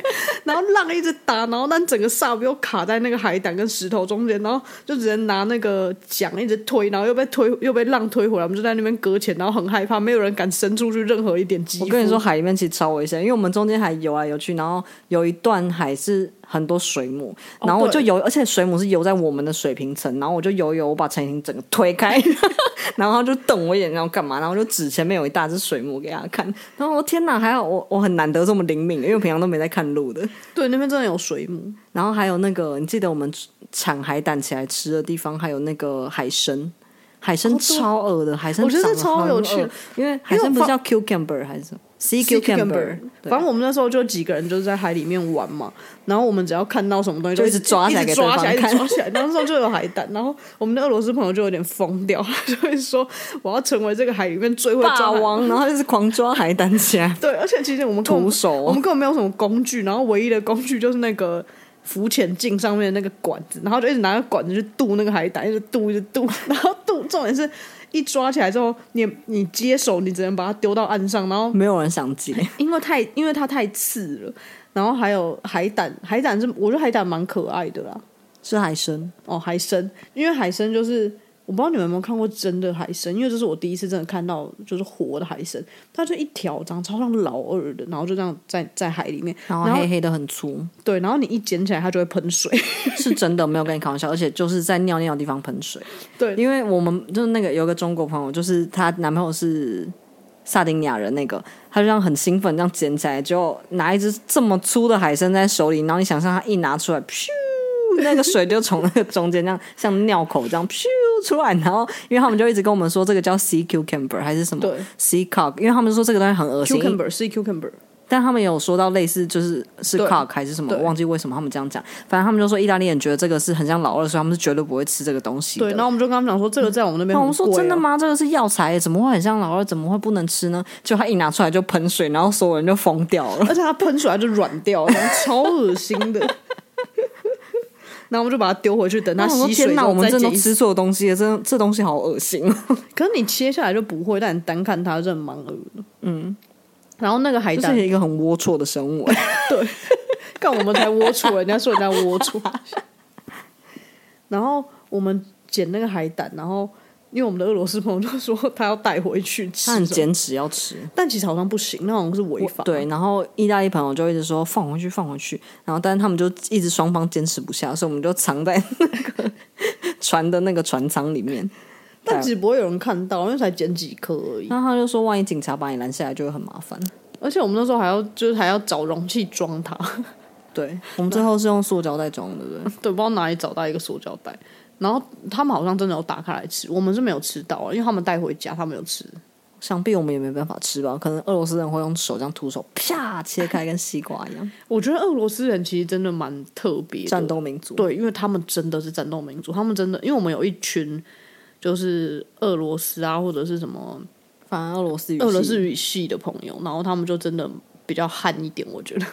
B: 然后浪一直打，然后但整个 SUP 又卡在那个海胆跟石头中间，然后就只能拿那个桨一直推，然后又被推又被浪推回来，我们就在那边搁浅，然后很害怕，没有人敢伸出去任何一点肌肤。
C: 我跟你说，，海里面其实超危险，因为我们中间还游来游去，然后有一段海是很多水母，然后我就
B: 对
C: 游，而且水母是游在我们的水平层，然后我就游一游，我把陈婷整个推开， 然后他就瞪我一眼，然后干嘛？然后我就指前面有一大只水母给他看，然后我天哪，还好我我很难得这么灵敏，因为我平常都没在看路的。
B: 对，那边真的有水母，
C: 然后还有那个，你记得我们产海胆起来吃的地方，还有那个海参。海参超恶的，海参
B: 哦我觉得
C: 长
B: 超
C: 很
B: 有趣
C: 恶因为海参
B: 因为
C: 不
B: 我
C: 是叫 cucumber 还是什么 sea
B: Sea
C: cucumber，对
B: 反正我们那时候就几个人就是在海里面玩嘛，然后我们只要看到什么东西
C: 就一直
B: 直
C: 抓起来
B: 一直
C: 给对
B: 抓起来，
C: 方
B: 一直
C: 看
B: 抓起来。然后那时候就有海胆，然后我们的俄罗斯朋友就有点疯掉， 他就会说我要成为这个海里面最会抓
C: 霸
B: 海。
C: 王，然后就是狂抓海胆起来
B: 对，而且其实 我们根本
C: 徒手
B: 我们根本没有什么工具，然后唯一的工具就是那个浮潜镜上面的那个管子，然后就一直拿个管子去渡那个海胆，一直渡一直渡，然后渡重点是一抓起来之后，你你接手，你只能把它丢到岸上， 然后
C: 没有人想接，
B: 因为太因为它太刺了，然后还有海胆，海胆是我觉得海胆蛮可爱的啦，
C: 是海参，
B: 哦，海参，因为海参就是我不知道你们有没有看过真的海参，因为这是我第一次真的看到就是活的海参，它就一条长超像老二的，然后就这样在在海里面，
C: 然后
B: 然后
C: 黑黑的很粗，
B: 对，然后你一捡起来它就会喷 水，
C: 是真的没有跟你开玩笑，而且就是在尿尿的地方喷水。
B: 对
C: 因为我们就是那个有个中国朋友，就是她男朋友是萨丁尼亚人，那个她就这样很兴奋，这样捡起来就拿一只这么粗的海参在手里，然后你想象她一拿出来，噗，那个水就从那个中间这样像尿口这样噗出来，然后因为他们就一直跟我们说这个叫 sea cucumber 还是什么
B: 对
C: sea cock，因为他们说这个东西很恶心
B: ，cucumber 是 cucumber，
C: 但他们有说到类似就是是
B: 对
C: cock 还是什么，
B: 对
C: 我忘记为什么他们这样讲。反正他们就说意大利人觉得这个是很像老二，所以他们是绝对不会吃这个啊东西的。
B: 对，然后我们就跟他们讲说这个在我们那边、
C: 那
B: 很
C: 我们说
B: 贵
C: 真的
B: 哦？
C: 吗？这个是药材耶，怎么会很像老二？怎么会不能吃呢？就他一拿出来就喷水，然后所有人就疯掉了。
B: 而且它喷出来就软掉，然后超恶心的。 然后我们就把它丢回去，等它
C: 那我说
B: 吸水
C: 天
B: 之
C: 哪，
B: 后
C: 我们
B: 再
C: 真的
B: 捡
C: 都
B: 一
C: 吃错东西了，真的这东西好恶 心。
B: 可是你切下来就不会，但你单看它真的蛮恶的。嗯，然后那个海
C: 就
B: 胆
C: 是一个很龌龊的生 物。
B: 干我们才龌龊，人家说人家龌龊。 然后我们捡那个海胆，然后因为我们的俄罗斯朋友就说他要带回去吃，
C: 他很坚持要吃，
B: 但其实好像不行，那好像是违法。
C: 对，然后意大利朋友就一直说放回去，放回去，然后但是他们就一直双方坚持不下，所以我们就藏在那个 船的那个船舱里面。
B: 但其实不会有人看到，因为才捡几颗而已。
C: 然后他就说，万一警察把你拦下来，就会很麻烦。
B: 而且我们那时候还要就是还要找容器装它，
C: 对我们最后是用塑胶袋装的，对不对？
B: 对，不知道哪里找到一个塑胶袋。然后他们好像真的有打开来吃，我们是没有吃到啊，因为他们带回家，他们有吃。
C: 想必我们也没办法吃吧，可能俄罗斯人会用手这样徒手啪切开，跟西瓜一样。
B: 我觉得俄罗斯人其实真的蛮特别的，
C: 战斗民族，
B: 对，因为他们真的是战斗民族，他们真的，因为我们有一群就是俄罗斯啊，或者是什么
C: 反正俄罗斯语系
B: 俄罗斯语系的朋友，然后他们就真的比较悍一点，我觉得。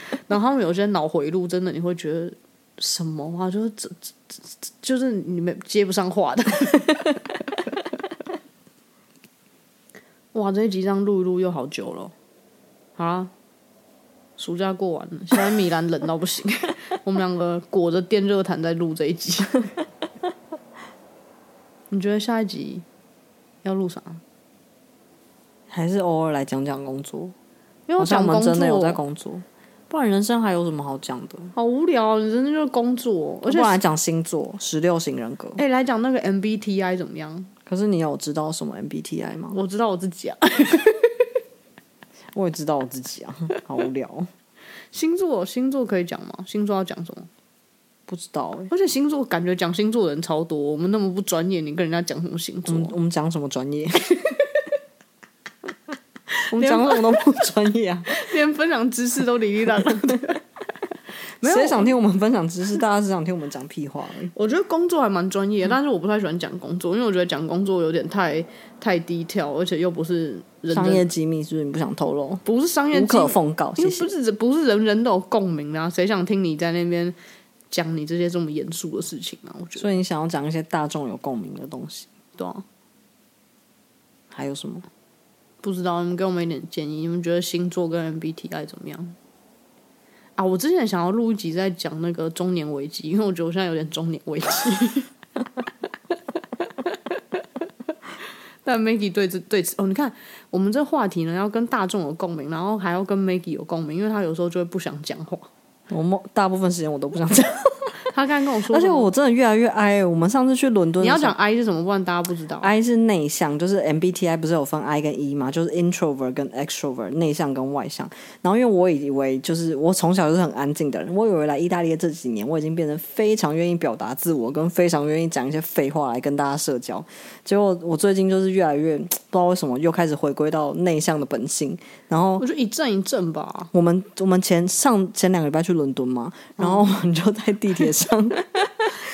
B: 然后他们有些脑回路，真的你会觉得什么啊？就是这这这，就是你们接不上话的。 哇，这一集这样录一录又好久了哦。好啦，暑假过完了，现在米兰冷到不行， 我们两个裹着电热毯在录这一集。 你觉得下一集要录啥？
C: 还是偶尔来讲讲工作，
B: 因为
C: 好
B: 我
C: 像
B: 讲
C: 哦我
B: 工
C: 们
B: 作，哦
C: 真的有在工作，不然人生还有什么好讲的？
B: 好无聊哦，你真的就是工作，哦而
C: 而且
B: 且
C: 不然讲星座，十六型人格。
B: 哎、来讲那个 MBTI 怎么样？
C: 可是你有知道什么 MBTI 吗？
B: 我知道我自己啊，
C: 我也知道我自 己啊，好无聊哦，
B: 星座星座可以讲吗？星座要讲什么？
C: 不知道哎、
B: 而且星座感觉讲星座的人超多，我们那么不专业，你跟人家讲什么星
C: 我
B: 座？
C: 们我们讲什么专业？我们讲什么都不专业啊！
B: 连分享知识都理理当当。没有
C: 谁想听我们分享知识？大家只想听我们讲屁话而已。
B: 我觉得工作还蛮专业，但是我不太喜欢讲工作，因为我觉得讲工作有点太太低调，而且又不是人
C: 商
B: 人
C: 业机密是不是你不想透露？
B: 不是商业
C: 无
B: 机
C: 可奉告，
B: 因
C: 谢
B: 为
C: 谢
B: 不。是不是人人都有共鸣啊，谁想听你在那边讲你这些这么严肃的事情啊？我觉得
C: 所以你想要讲一些大众有共鸣的东西，
B: 对啊，
C: 还有什么？
B: 不知道你们给我们一点建议，你们觉得星座跟 MBTI 怎么样？啊，我之前想要录一集在讲那个中年危机，因为我觉得我现在有点中年危机。 但 Maggie 对这对此哦，你看我们这话题呢，要跟大众有共鸣，然后还要跟 Maggie 有共鸣，因为她有时候就会不想讲话。
C: 我梦大部分时间我都不想讲，
B: 她刚刚跟我说
C: 而
B: 什
C: 且
B: 么，
C: 我真的越来越 I 了。我们上次去伦敦的时候，
B: 你要讲 I 是什么，不然大家不知道。
C: I 是内向，就是 MBTI 不是有分 I 跟 E 嘛，就是 introvert 跟 extrovert，内向跟外向。然后因为我以为就是我从小就是很安静的人，我以为来意大利的这几年，我已经变成非常愿意表达自我，跟非常愿意讲一些废话来跟大家社交。结果我最近就是越来越不知道为什么又开始回归到内向的本性，然后
B: 我就一阵一阵吧，
C: 我们我们前上前两个礼拜去伦敦嘛，然后我们就在地铁 上，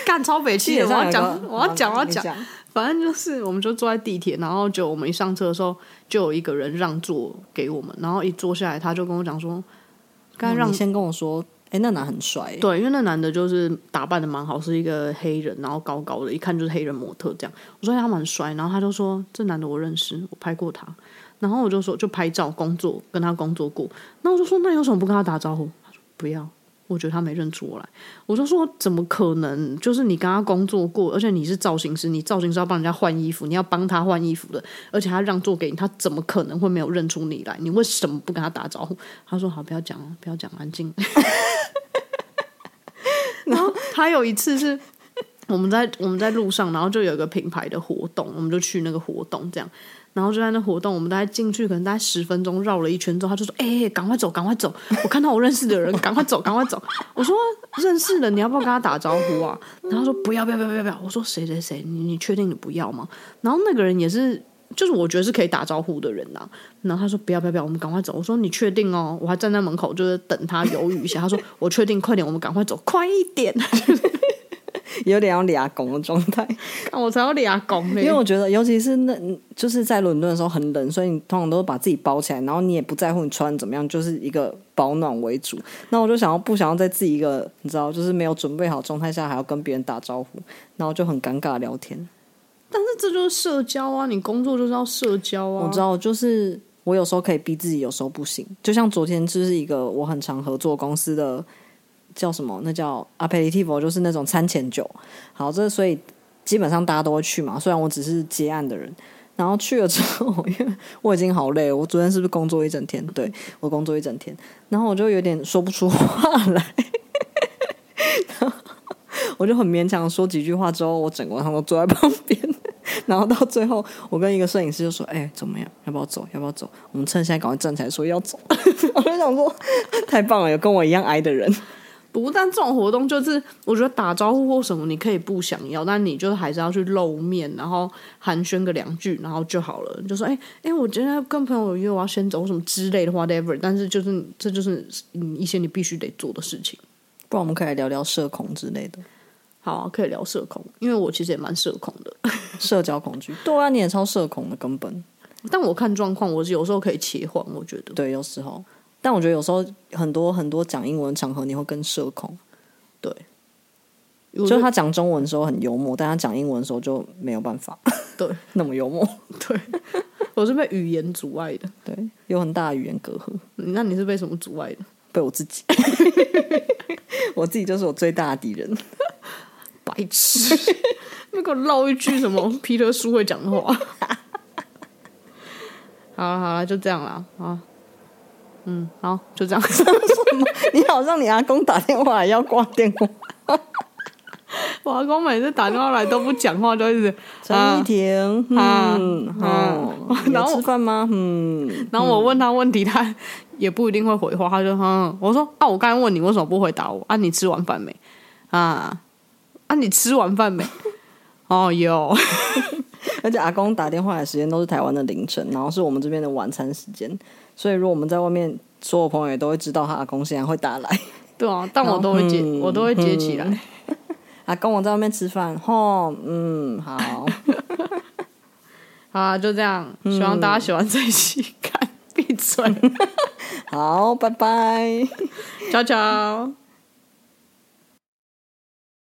B: 干超北
C: 地
B: 气
C: 铁
B: 的，我
C: 上
B: 要
C: 有
B: 讲，
C: 个
B: 我要讲，我要，讲
C: 好，你
B: 反正就是我们就坐在地铁，然后就我们一上车的时候，就有一个人让座给我们，然后一坐下来，他就跟我讲说，该
C: 嗯
B: 让、
C: 你先跟我说，哎，那男很帅耶，
B: 对，因为那男的就是打扮的蛮好，是一个黑人，然后高高的，一看就是黑人模特这样。我说哎他蛮帅，然后他就说这男的我认识，我拍过他。然后我就说就拍照工作，跟他工作过。那我就说那有什么不跟他打招呼？他说不要，我觉得他没认出我来。我就说怎么可能？就是你跟他工作过，而且你是造型师，你造型师要帮人家换衣服，你要帮他换衣服的，而且他让座给你，他怎么可能会没有认出你来？你为什么不跟他打招呼？他说好，不要讲了，不要讲了，安静。然后还有一次是我们在我们在路上，然后就有一个品牌的活动，我们就去那个活动这样。然后就在那活动，我们大概进去，可能大概十分钟，绕了一圈之后，他就说：“哎、欸，赶快走，赶快走！我看到我认识的人，赶快走，赶快走！”我说：“认识的，你要不要跟他打招呼啊？”然后他说：“不要，不要，不要，不要，不要！”我说：“谁谁谁，你你确定你不要吗？”然后那个人也是，就是我觉得是可以打招呼的人啊呐、然后他说：“不要，不要，不要，我们赶快走！”我说：“你确定哦？”我还站在门口，就是等他犹豫一下。他说：“我确定，快点，我们赶快走，快一点！”
C: 有点要俩拱的状态。
B: 看我才要俩拱嘞，
C: 因为我觉得，尤其是那就是在伦敦的时候很冷，所以你通常都把自己包起来，然后你也不在乎你穿怎么样，就是一个保暖为主。那我就想要不想要在自己一个你知道，就是没有准备好状态下还要跟别人打招呼，然后就很尴尬地聊天。
B: 但是这就是社交啊，你工作就是要社交啊。
C: 我知道，就是我有时候可以逼自己，有时候不行。就像昨天，就是一个我很常合作公司的叫什么？那叫 aperitivo，就是那种餐前酒。好，这所以基本上大家都会去嘛。虽然我只是接案的人，然后去了之后， 因为我已经好累了，我昨天是不是工作一整天？对我工作一整天，然后我就有点说不出话来。 然后我就很勉强说几句话之后，我整个晚上都坐在旁边，然后到最后，我跟一个摄影师就说：“哎、怎么样？要不要走？要不要走？我们趁现在赶快站起来说要走。” 我就想说，太棒了，有跟我一样矮的人。
B: 不但这种活动就是，我觉得打招呼或什么你可以不想要，但你就是还是要去露面，然后寒暄个两句，然后就好了。就说哎哎、诶我今天跟朋友约，我要先走什么之类的 whatever。但是就是这就是嗯一些你必须得做的事情。
C: 不然我们可以来聊聊社恐之类的，
B: 好、啊，可以聊社恐，因为我其实也蛮社恐的，
C: 社交恐惧。对啊，你也超社恐的根本。
B: 但我看状况，我是有时候可以切换，我觉得。
C: 对，有时候，但我觉得有时候很多很多讲英文的场合你会更社恐，
B: 我
C: 就是
B: 就
C: 他讲中文的时候很幽默，但他讲英文的时候就没有办法
B: 对
C: 那么幽默，
B: 我是被语言阻碍的，
C: 对，有很大的语言隔阂。
B: 那你是被什么阻碍的？
C: 被我自己， 我自己就是我最大的敌人。
B: 白痴，那给我唠一句什么皮特叔会讲的话。好了好了，就这样啦啊，嗯，好，就这样。
C: 你好像你阿公打电话还要挂电话，
B: 我阿公每次打电话来都不讲话，就一直
C: 陈依婷，
B: 啊
C: 嗯， 哦，
B: 然后我
C: 有吃饭吗？嗯，
B: 然后我问他问题，他也不一定会回话，他就哼，我说啊，我刚才问你为什么不回答我啊？你吃完饭没？啊啊，你吃完饭没？ 哦，有，
C: 而且阿公打电话的时间都是台湾的凌晨，然后是我们这边的晚餐时间，所以如果我们在外面，所有朋友也都会知道他阿公现在会打来。
B: 对啊，但我都会接，我都会接起来。
C: 阿公，我在外面吃饭，吼，嗯，好，
B: 好啊，就这样，希望大家喜欢这一 期。看，闭嘴，
C: 好，拜拜。
B: ciao ciao。